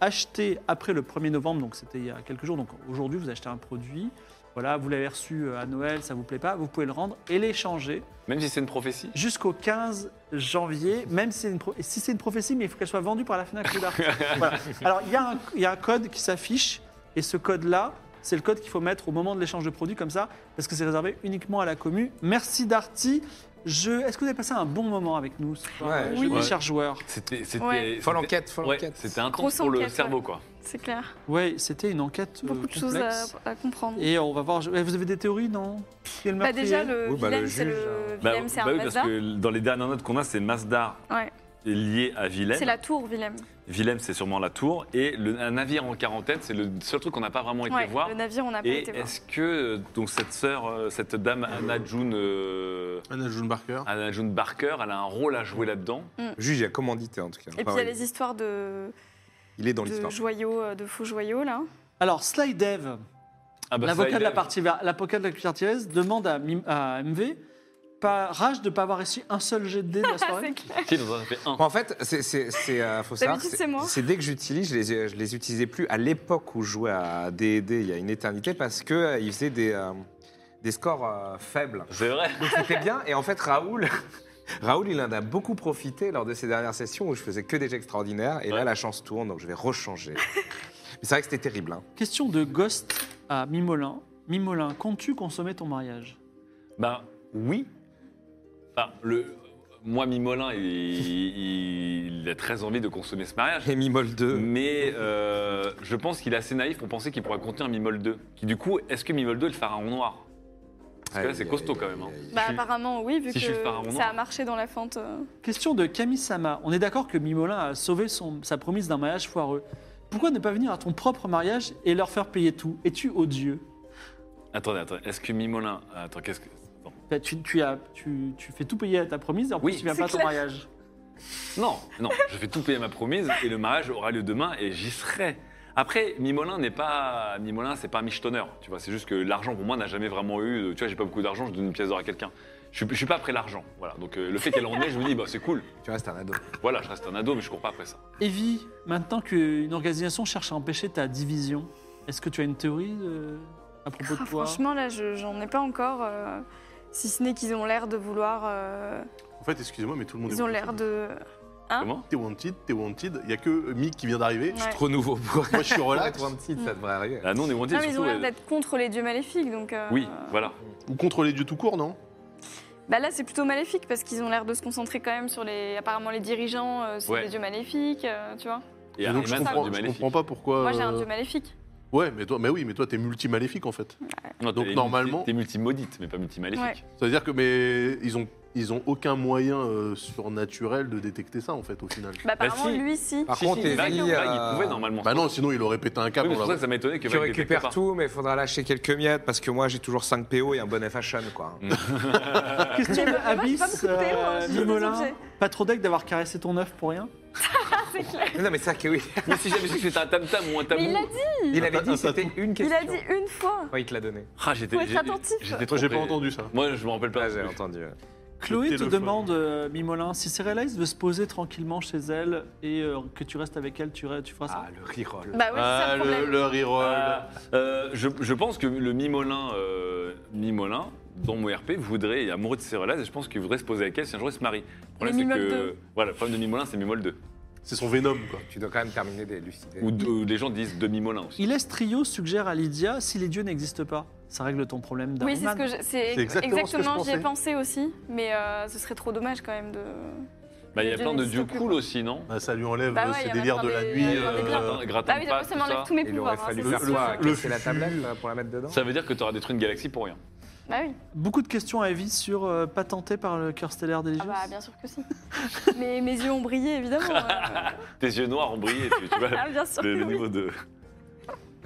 Speaker 1: acheté après le 1er novembre, donc c'était il y a quelques jours, donc aujourd'hui vous achetez un produit, voilà, vous l'avez reçu euh, à Noël, ça vous plaît pas, vous pouvez le rendre et l'échanger
Speaker 5: Même si c'est une prophétie.
Speaker 1: jusqu'au 15 janvier, même si c'est une, pro- si c'est une prophétie, mais il faut qu'elle soit vendue par la FNAC ou Darty. Voilà. Alors, il y, a un- il y a un code qui s'affiche, et ce code-là, c'est le code qu'il faut mettre au moment de l'échange de produits, comme ça, parce que c'est réservé uniquement à la commu. Merci Darty. Je... Est-ce que vous avez passé un bon moment avec nous ce soir,
Speaker 4: Ouais.
Speaker 1: euh,
Speaker 3: Oui.
Speaker 1: jeudi, chers joueurs
Speaker 5: C'était. c'était-
Speaker 3: Ouais.
Speaker 4: Folle
Speaker 5: c'était-
Speaker 4: enquête, folle
Speaker 5: Ouais,
Speaker 4: enquête.
Speaker 5: c'était intense
Speaker 3: Grosse
Speaker 5: pour le
Speaker 3: enquête,
Speaker 5: cerveau, quoi.
Speaker 3: C'est clair.
Speaker 1: Oui, c'était une enquête euh,
Speaker 3: Beaucoup de choses à,
Speaker 1: complexe.
Speaker 3: à comprendre.
Speaker 1: Et on va voir. je- eh, Vous avez des théories, non Qui est le
Speaker 3: Bah, déjà,
Speaker 1: meurtrier
Speaker 3: le
Speaker 4: Oui, bah, le
Speaker 3: Willem, c'est
Speaker 4: juge,
Speaker 3: le
Speaker 5: Bah,
Speaker 3: Willem, c'est
Speaker 5: bah
Speaker 3: un
Speaker 5: oui, parce
Speaker 3: bazar.
Speaker 5: que dans les dernières notes qu'on a, c'est Masdar
Speaker 3: Ouais.
Speaker 5: est lié à Willem.
Speaker 3: C'est la tour, Willem.
Speaker 5: Willem, c'est sûrement la tour. Et le- un navire en quarantaine, c'est le seul truc qu'on n'a pas vraiment été
Speaker 3: Ouais,
Speaker 5: voir.
Speaker 3: le navire, on n'a pas
Speaker 5: Et
Speaker 3: été voir.
Speaker 5: est-ce que euh, donc cette sœur, euh, cette dame Anna June, euh,
Speaker 2: Anna June Barker.
Speaker 5: Anna June Barker, elle a un rôle à jouer là-dedans
Speaker 4: Le juge il a commandité en tout cas.
Speaker 3: Et
Speaker 4: Enfin,
Speaker 3: puis il y a
Speaker 4: oui,
Speaker 3: les histoires de,
Speaker 4: Il est dans
Speaker 3: de
Speaker 4: l'histoire.
Speaker 3: joyaux, euh, de faux joyaux là.
Speaker 1: Alors, Sly Dev,
Speaker 5: Ah bah, ça,
Speaker 1: l'avocat
Speaker 5: il
Speaker 1: de la
Speaker 5: est-
Speaker 1: partie ver- l'avocat de la partie verse demande à, Mim- à MV pas, rage de ne pas avoir réussi un seul jet de dés de la soirée.
Speaker 3: C'est clair.
Speaker 5: Si, dans un, ça fait un.
Speaker 4: En fait, c'est, c'est, c'est, euh, faut savoir,
Speaker 3: D'habitude, c'est moi.
Speaker 4: c'est dès que j'utilise, je les, je les utilisais plus à l'époque où je jouais à D&D il y a une éternité parce que euh, ils faisaient des, euh, des scores euh, faibles.
Speaker 5: C'est vrai.
Speaker 4: Donc c'était bien. Et en fait, Raoul, Raoul, il en a beaucoup profité lors de ces dernières sessions où je faisais que des jets extraordinaires. Et là,
Speaker 5: Ouais.
Speaker 4: la chance tourne, donc je vais rechanger. Mais c'est vrai que c'était terrible. hein.
Speaker 1: Question de Ghost à Mimolin. Mimolin, comptes-tu consommer ton mariage
Speaker 5: Ben oui. Enfin, le, moi, Mimolin, il, il- il a très envie de consommer ce mariage.
Speaker 4: Et Mimol 2.
Speaker 5: Mais euh, je pense qu'il est assez naïf pour penser qu'il pourra contenir Mimol 2. Qui du coup, est-ce que Mimol 2 est le pharaon noir Parce que là, c'est costaud quand même. hein.
Speaker 3: Bah, apparemment, oui, vu
Speaker 5: Si je suis le pharaon
Speaker 3: que ça
Speaker 5: noir.
Speaker 3: a marché dans la fente. euh.
Speaker 1: Question de Camille Sama. On est d'accord que Mimolin a sauvé son- sa promise d'un mariage foireux. Pourquoi ne pas venir à ton propre mariage et leur faire payer tout Es-tu odieux
Speaker 5: Attendez, attendez. Est-ce que Mimolin. Attends, qu'est-ce que. attends.
Speaker 1: Bah, tu, tu as- tu- tu fais tout payer à ta promise et en
Speaker 5: Oui,
Speaker 1: plus tu viens
Speaker 3: c'est
Speaker 1: pas à ton
Speaker 3: clair.
Speaker 1: mariage.
Speaker 5: Non, non, je vais tout payer ma promise et le mariage aura lieu demain et j'y serai. Après, Mimolin n'est pas. Mimolin, c'est pas un michetonneur. Tu vois, c'est juste que l'argent pour moi n'a jamais vraiment eu. Tu vois, j'ai pas beaucoup d'argent, je donne une pièce d'or à quelqu'un. Je suis, je suis pas après l'argent. Voilà. Donc euh, le fait qu'elle en ait, je me dis, bah c'est cool.
Speaker 4: Tu restes un ado.
Speaker 5: Voilà, je reste un ado, mais je cours pas après ça.
Speaker 1: Evie, maintenant qu'une organisation cherche à empêcher ta division, est-ce que tu as une théorie euh, à propos
Speaker 3: Ah,
Speaker 1: de toi
Speaker 3: franchement, là, je- j'en ai pas encore. euh, si ce n'est qu'ils ont l'air de vouloir. euh,
Speaker 2: En fait, excusez-moi, mais tout le monde est
Speaker 3: ils ont
Speaker 2: wanted.
Speaker 3: l'air de. Hein
Speaker 5: Comment
Speaker 2: T'es wanted, t'es wanted. Il y a que euh, Mick qui vient d'arriver.
Speaker 3: Ouais.
Speaker 4: Trop nouveau pour
Speaker 2: Moi, je suis
Speaker 4: pour
Speaker 2: relax.
Speaker 4: être un petit, ça devrait arriver.
Speaker 5: Ah non, on est wanted
Speaker 3: Non, mais ils ont
Speaker 5: surtout.
Speaker 3: l'air
Speaker 5: euh,
Speaker 3: d'être contre les dieux maléfiques, donc. euh,
Speaker 5: Oui, voilà.
Speaker 2: Ou contre les dieux tout court, non
Speaker 3: Bah là, c'est plutôt maléfique parce qu'ils ont l'air de se concentrer quand même sur les. Apparemment, les dirigeants, euh, c'est
Speaker 5: Ouais.
Speaker 3: des dieux maléfiques, euh, tu vois.
Speaker 5: Et,
Speaker 2: donc, je
Speaker 5: Harriman, c'est
Speaker 2: comprends,
Speaker 5: du
Speaker 2: je
Speaker 5: maléfique.
Speaker 2: comprends pas pourquoi.
Speaker 3: Moi, j'ai un
Speaker 2: euh,
Speaker 3: dieu maléfique.
Speaker 2: Ouais, mais toi, mais oui, mais toi, t'es multi-maléfique en fait.
Speaker 5: Non,
Speaker 2: Donc,
Speaker 5: t'es-
Speaker 2: normalement-
Speaker 5: T'es multi-maudite, mais pas multi-maléfique.
Speaker 2: C'est-à-dire que, mais ils ont, ils ont aucun moyen euh, surnaturel de détecter ça en fait au final.
Speaker 3: Bah, apparemment,
Speaker 5: si.
Speaker 3: lui,
Speaker 2: Ah,
Speaker 3: si.
Speaker 4: Par
Speaker 5: Si,
Speaker 4: contre,
Speaker 5: si,
Speaker 4: Evie,
Speaker 5: Vague, Vague, il
Speaker 4: euh,
Speaker 5: pouvait normalement.
Speaker 2: Bah non, sinon il aurait pété un
Speaker 5: Oui,
Speaker 2: câble.
Speaker 5: mais
Speaker 2: on
Speaker 5: c'est pour
Speaker 2: l'a-
Speaker 5: ça que ça m'a étonné que
Speaker 4: tu
Speaker 5: Vague détecte
Speaker 4: récupères
Speaker 5: pas.
Speaker 4: tout, mais il faudra lâcher quelques miettes parce que moi j'ai toujours 5 PO et un bonnet fashion quoi.
Speaker 1: Question de
Speaker 3: Mais moi, j'ai pas
Speaker 1: Euh, Abyss,
Speaker 3: beaucoup de théo, hein,
Speaker 1: euh,
Speaker 3: j'ai des
Speaker 1: Mimolin,
Speaker 3: objets.
Speaker 1: pas trop deck d'avoir caressé ton œuf pour rien
Speaker 4: non mais ça que oui.
Speaker 5: Mais si j'avais su que c'était un tam-tam ou un
Speaker 3: Mais
Speaker 5: tabou.
Speaker 3: il l'a dit,
Speaker 4: Il avait
Speaker 2: Un
Speaker 4: dit que c'était une question.
Speaker 3: il a dit une fois.
Speaker 4: Ouais, il te l'a donné.
Speaker 5: Ah, j'étais.
Speaker 3: Faut être
Speaker 5: j'ai-
Speaker 3: attentif.
Speaker 5: J'étais trop
Speaker 2: Moi, j'ai pas
Speaker 5: près.
Speaker 2: entendu hein. ça.
Speaker 5: Moi, je me rappelle pas.
Speaker 4: Ah, j'ai entendu.
Speaker 1: Chloé te
Speaker 2: téléphone.
Speaker 1: demande, euh, Mimolin, si Cérélise veut se poser tranquillement chez elle et euh, que tu restes avec elle, tu, re- tu feras ça
Speaker 4: Ah, le reroll.
Speaker 3: Bah ouais, c'est ça
Speaker 2: Ah,
Speaker 3: le
Speaker 2: le,
Speaker 3: problème.
Speaker 2: le reroll.
Speaker 5: Ah, euh, je, je pense que le Mimolin, euh, Mimolin, dans mon RP, voudrait, il est amoureux de ses relais, et je pense qu'il voudrait se poser avec elle si un jour il se marie. Le problème,
Speaker 3: Mais Mimol
Speaker 5: c'est que.
Speaker 3: deux.
Speaker 5: Voilà, le problème de Mimolin, c'est Mimol 2.
Speaker 2: C'est son Venom quoi.
Speaker 4: Tu dois quand même terminer d'élucider.
Speaker 5: Ou de- ou les gens disent de Mimolin aussi.
Speaker 1: Iles Trio suggère à Lydia, si les dieux n'existent pas, ça règle ton problème
Speaker 3: Oui, c'est ce
Speaker 1: d'Ariman.
Speaker 3: que je- c'est
Speaker 2: C'est exactement
Speaker 3: exactement,
Speaker 2: ce que je
Speaker 3: j'y ai
Speaker 2: pensais.
Speaker 3: pensé aussi, mais euh, ce serait trop dommage quand même de.
Speaker 5: Bah, il y a
Speaker 3: Les
Speaker 5: plein
Speaker 3: dieux
Speaker 5: de dieux
Speaker 3: n'existent
Speaker 5: cool
Speaker 3: plus.
Speaker 5: aussi, non
Speaker 2: Bah, ça lui enlève
Speaker 3: Bah
Speaker 2: euh,
Speaker 3: ouais, il y
Speaker 2: ses
Speaker 3: en a
Speaker 2: délires
Speaker 3: plein
Speaker 2: de la
Speaker 3: des-
Speaker 2: nuit. euh,
Speaker 3: il y en a plein.
Speaker 5: Gratin, gratin
Speaker 3: Bah oui,
Speaker 5: pas,
Speaker 3: ça
Speaker 5: tout
Speaker 3: m'enlève
Speaker 5: ça.
Speaker 3: tous mes
Speaker 4: Il aurait
Speaker 3: pouvoirs. hein,
Speaker 4: fallu
Speaker 3: c'est
Speaker 4: faire
Speaker 3: sûr.
Speaker 4: quoi
Speaker 2: le
Speaker 4: Casser la
Speaker 2: fufu.
Speaker 4: tablette là, pour la mettre dedans
Speaker 5: Ça veut dire que t'auras détruit une galaxie pour rien.
Speaker 3: Bah oui,
Speaker 1: Beaucoup de questions à Evie sur euh, pas tenté par le cœur stellaire des
Speaker 3: Ah
Speaker 1: dieux.
Speaker 3: bah, bien sûr que si. mais mes yeux ont brillé évidemment. euh.
Speaker 5: Tes yeux noirs ont brillé, tu, tu vois.
Speaker 3: Ah, bien sûr.
Speaker 5: Le,
Speaker 3: que
Speaker 5: le
Speaker 3: oui.
Speaker 5: niveau de.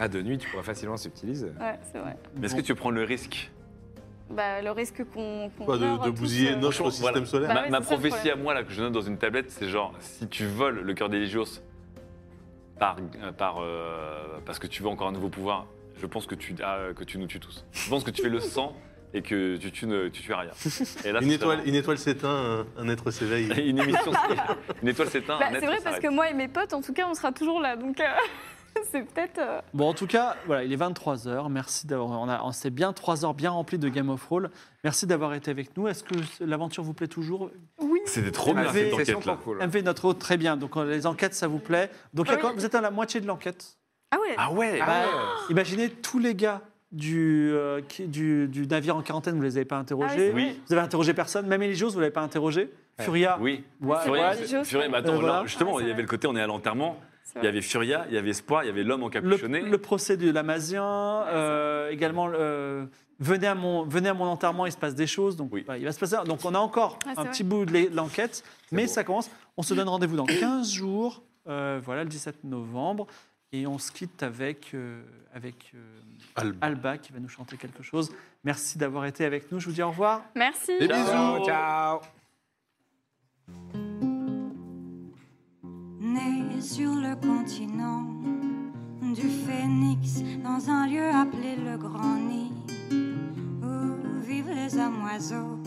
Speaker 4: Ah, de nuit, tu pourrais facilement s'utiliser.
Speaker 3: Ouais, c'est vrai.
Speaker 5: Mais est-ce que tu veux prendre le risque
Speaker 3: Bah, le risque qu'on. qu'on
Speaker 2: Quoi, de,
Speaker 3: meure
Speaker 2: de
Speaker 3: tous,
Speaker 2: bousiller
Speaker 3: euh,
Speaker 2: notre
Speaker 5: Franchement,
Speaker 2: système
Speaker 5: voilà.
Speaker 2: solaire.
Speaker 3: Bah
Speaker 5: Ah, Ma,
Speaker 3: ouais,
Speaker 5: ma
Speaker 3: c'est ça le
Speaker 5: prophétie à
Speaker 3: problème.
Speaker 5: moi, là, que je note dans une tablette, c'est genre, si tu voles le cœur d'Eligios par, euh, par, euh, parce que tu veux encore un nouveau pouvoir, je pense que tu, ah, euh, que tu nous tues tous. Je pense que tu fais le sang et que tu tues, ne- tu tues Arya. Et là,
Speaker 2: Une
Speaker 5: c'est
Speaker 2: étoile,
Speaker 5: vraiment-
Speaker 2: une étoile s'éteint, un, un être s'éveille.
Speaker 5: une émission, une étoile s'éteint.
Speaker 3: Bah,
Speaker 5: un être
Speaker 3: c'est vrai parce
Speaker 5: s'arrête.
Speaker 3: que moi et mes potes, en tout cas, on sera toujours là, donc euh, c'est peut-être. euh,
Speaker 1: Bon, en tout cas, voilà, il est 23h. Merci d'avoir. On, a- on s'est bien 3 heures bien remplies de Game of Roll. Merci d'avoir été avec nous. Est-ce que l'aventure vous plaît toujours
Speaker 3: Oui.
Speaker 5: C'était trop
Speaker 4: Ah,
Speaker 5: bien
Speaker 4: c'est
Speaker 5: cette
Speaker 4: une session
Speaker 5: enquête-là.
Speaker 4: trop cool.
Speaker 1: MV, notre hôte, très bien. Donc, euh, les enquêtes, ça vous plaît. Donc, il y a
Speaker 3: Ah Oui.
Speaker 1: quand- vous êtes à la moitié de l'enquête.
Speaker 3: Ah ouais.
Speaker 5: Ah ouais,
Speaker 4: Ah
Speaker 1: Bah,
Speaker 4: ouais.
Speaker 1: Imaginez tous les gars du, euh, qui- du, du navire en quarantaine, vous ne les avez pas
Speaker 3: Ah oui,
Speaker 1: interrogés.
Speaker 3: c'est vrai.
Speaker 1: Vous avez interrogé personne, même Eligios, vous ne l'avez pas interrogé.
Speaker 4: Ouais.
Speaker 1: Furia,
Speaker 5: Oui.
Speaker 1: Wa-
Speaker 3: C'est
Speaker 5: Furia,
Speaker 3: vrai,
Speaker 1: Wa-
Speaker 5: c'est-
Speaker 3: Eligios,
Speaker 5: Furia, mais attends,
Speaker 1: Euh,
Speaker 5: alors,
Speaker 1: voilà.
Speaker 5: justement,
Speaker 3: Ouais,
Speaker 5: il y
Speaker 3: c'est
Speaker 5: avait le côté, on est à l'enterrement,
Speaker 3: c'est
Speaker 5: il y
Speaker 3: vrai.
Speaker 5: avait Furia, il y avait Espoir, il y avait l'homme encapuchonné.
Speaker 1: le, le procès de Lamazien, euh, également euh, venez, à mon, venez à mon enterrement, il se passe des choses. Donc,
Speaker 5: Oui.
Speaker 1: bah, il va se passer. Donc, on a encore
Speaker 3: Ah, c'est
Speaker 1: un
Speaker 3: vrai.
Speaker 1: petit bout de l'é- de l'enquête, mais
Speaker 4: beau.
Speaker 1: ça commence. On se donne rendez-vous dans 15 jours, euh, voilà, le 17 novembre. Et on se quitte avec, euh, avec euh,
Speaker 2: Alba.
Speaker 1: Alba qui va nous chanter quelque chose. Merci d'avoir été avec nous. Je vous dis au revoir.
Speaker 3: Merci.
Speaker 2: Des
Speaker 4: Ciao,
Speaker 2: bisous.
Speaker 4: ciao.
Speaker 6: Né sur le continent du phénix, dans un lieu appelé le Grand Nid, où vivent les amoiseaux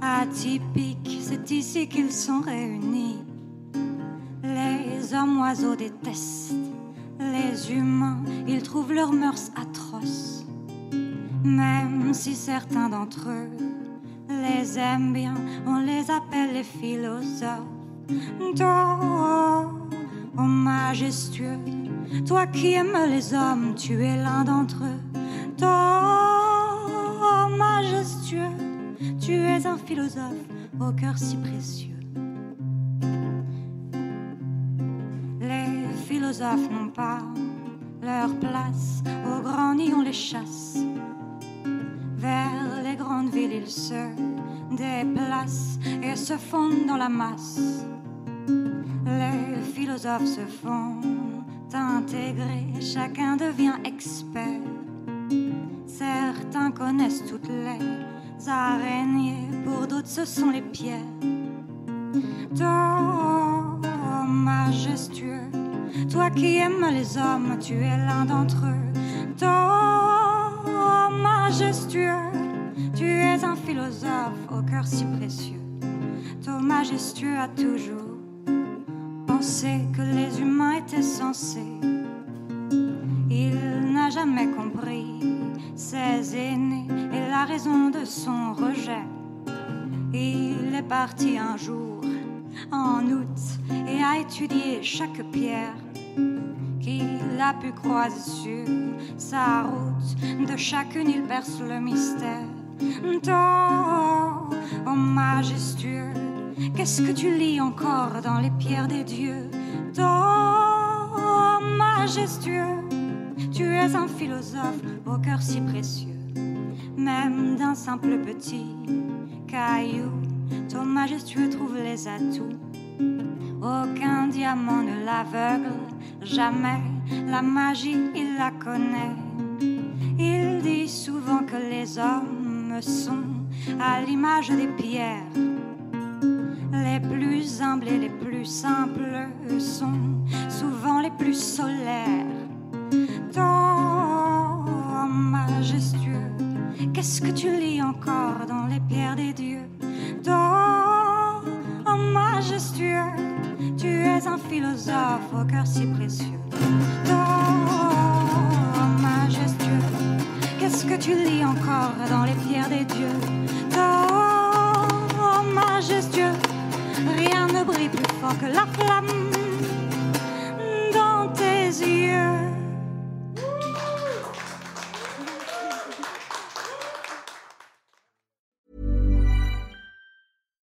Speaker 6: atypiques, c'est ici qu'ils sont réunis. Les hommes oiseaux détestent les humains, ils trouvent leurs mœurs atroces. Même si certains d'entre eux les aiment bien, on les appelle les philosophes. Toi, ô majestueux, toi qui aimes les hommes, tu es l'un d'entre eux. Toi, ô majestueux, tu es un philosophe au cœur si précieux. Les philosophes n'ont pas leur place, au grand nid on les chasse. Vers les grandes villes ils se déplacent et se fondent dans la masse. Les philosophes se font intégrer, chacun devient expert. Certains connaissent toutes les araignées, pour d'autres ce sont les pierres. Toi, ô majestueux, toi qui aimes les hommes, tu es l'un d'entre eux. Toi, ô majestueux, tu es un philosophe au cœur si précieux. Toi, majestueux, a toujours pensé que les humains étaient censés. Il n'a jamais compris ses aînés et la raison de son rejet. Il est parti un jour en août et a étudié chaque pierre qu'il a pu croiser sur sa route. De chacune il perce le mystère. Toi, ô majestueux, qu'est-ce que tu lis encore dans les pierres des dieux Toi, ô majestueux, tu es un philosophe au cœur si précieux, même d'un simple petit caillou. Ton majestueux trouve les atouts. Aucun diamant ne l'aveugle, jamais. La magie, il la connaît. Il dit souvent que les hommes sont à l'image des pierres. Les plus humbles et les plus simples sont souvent les plus solaires. Toi, ô majestueux, qu'est-ce que tu lis encore dans les pierres des dieux Toi, ô majestueux, tu es un philosophe au cœur si précieux. Toi, ô majestueux, qu'est-ce que tu lis encore dans les pierres des dieux Toi, ô majestueux, rien ne brille plus fort que la flamme dans tes yeux.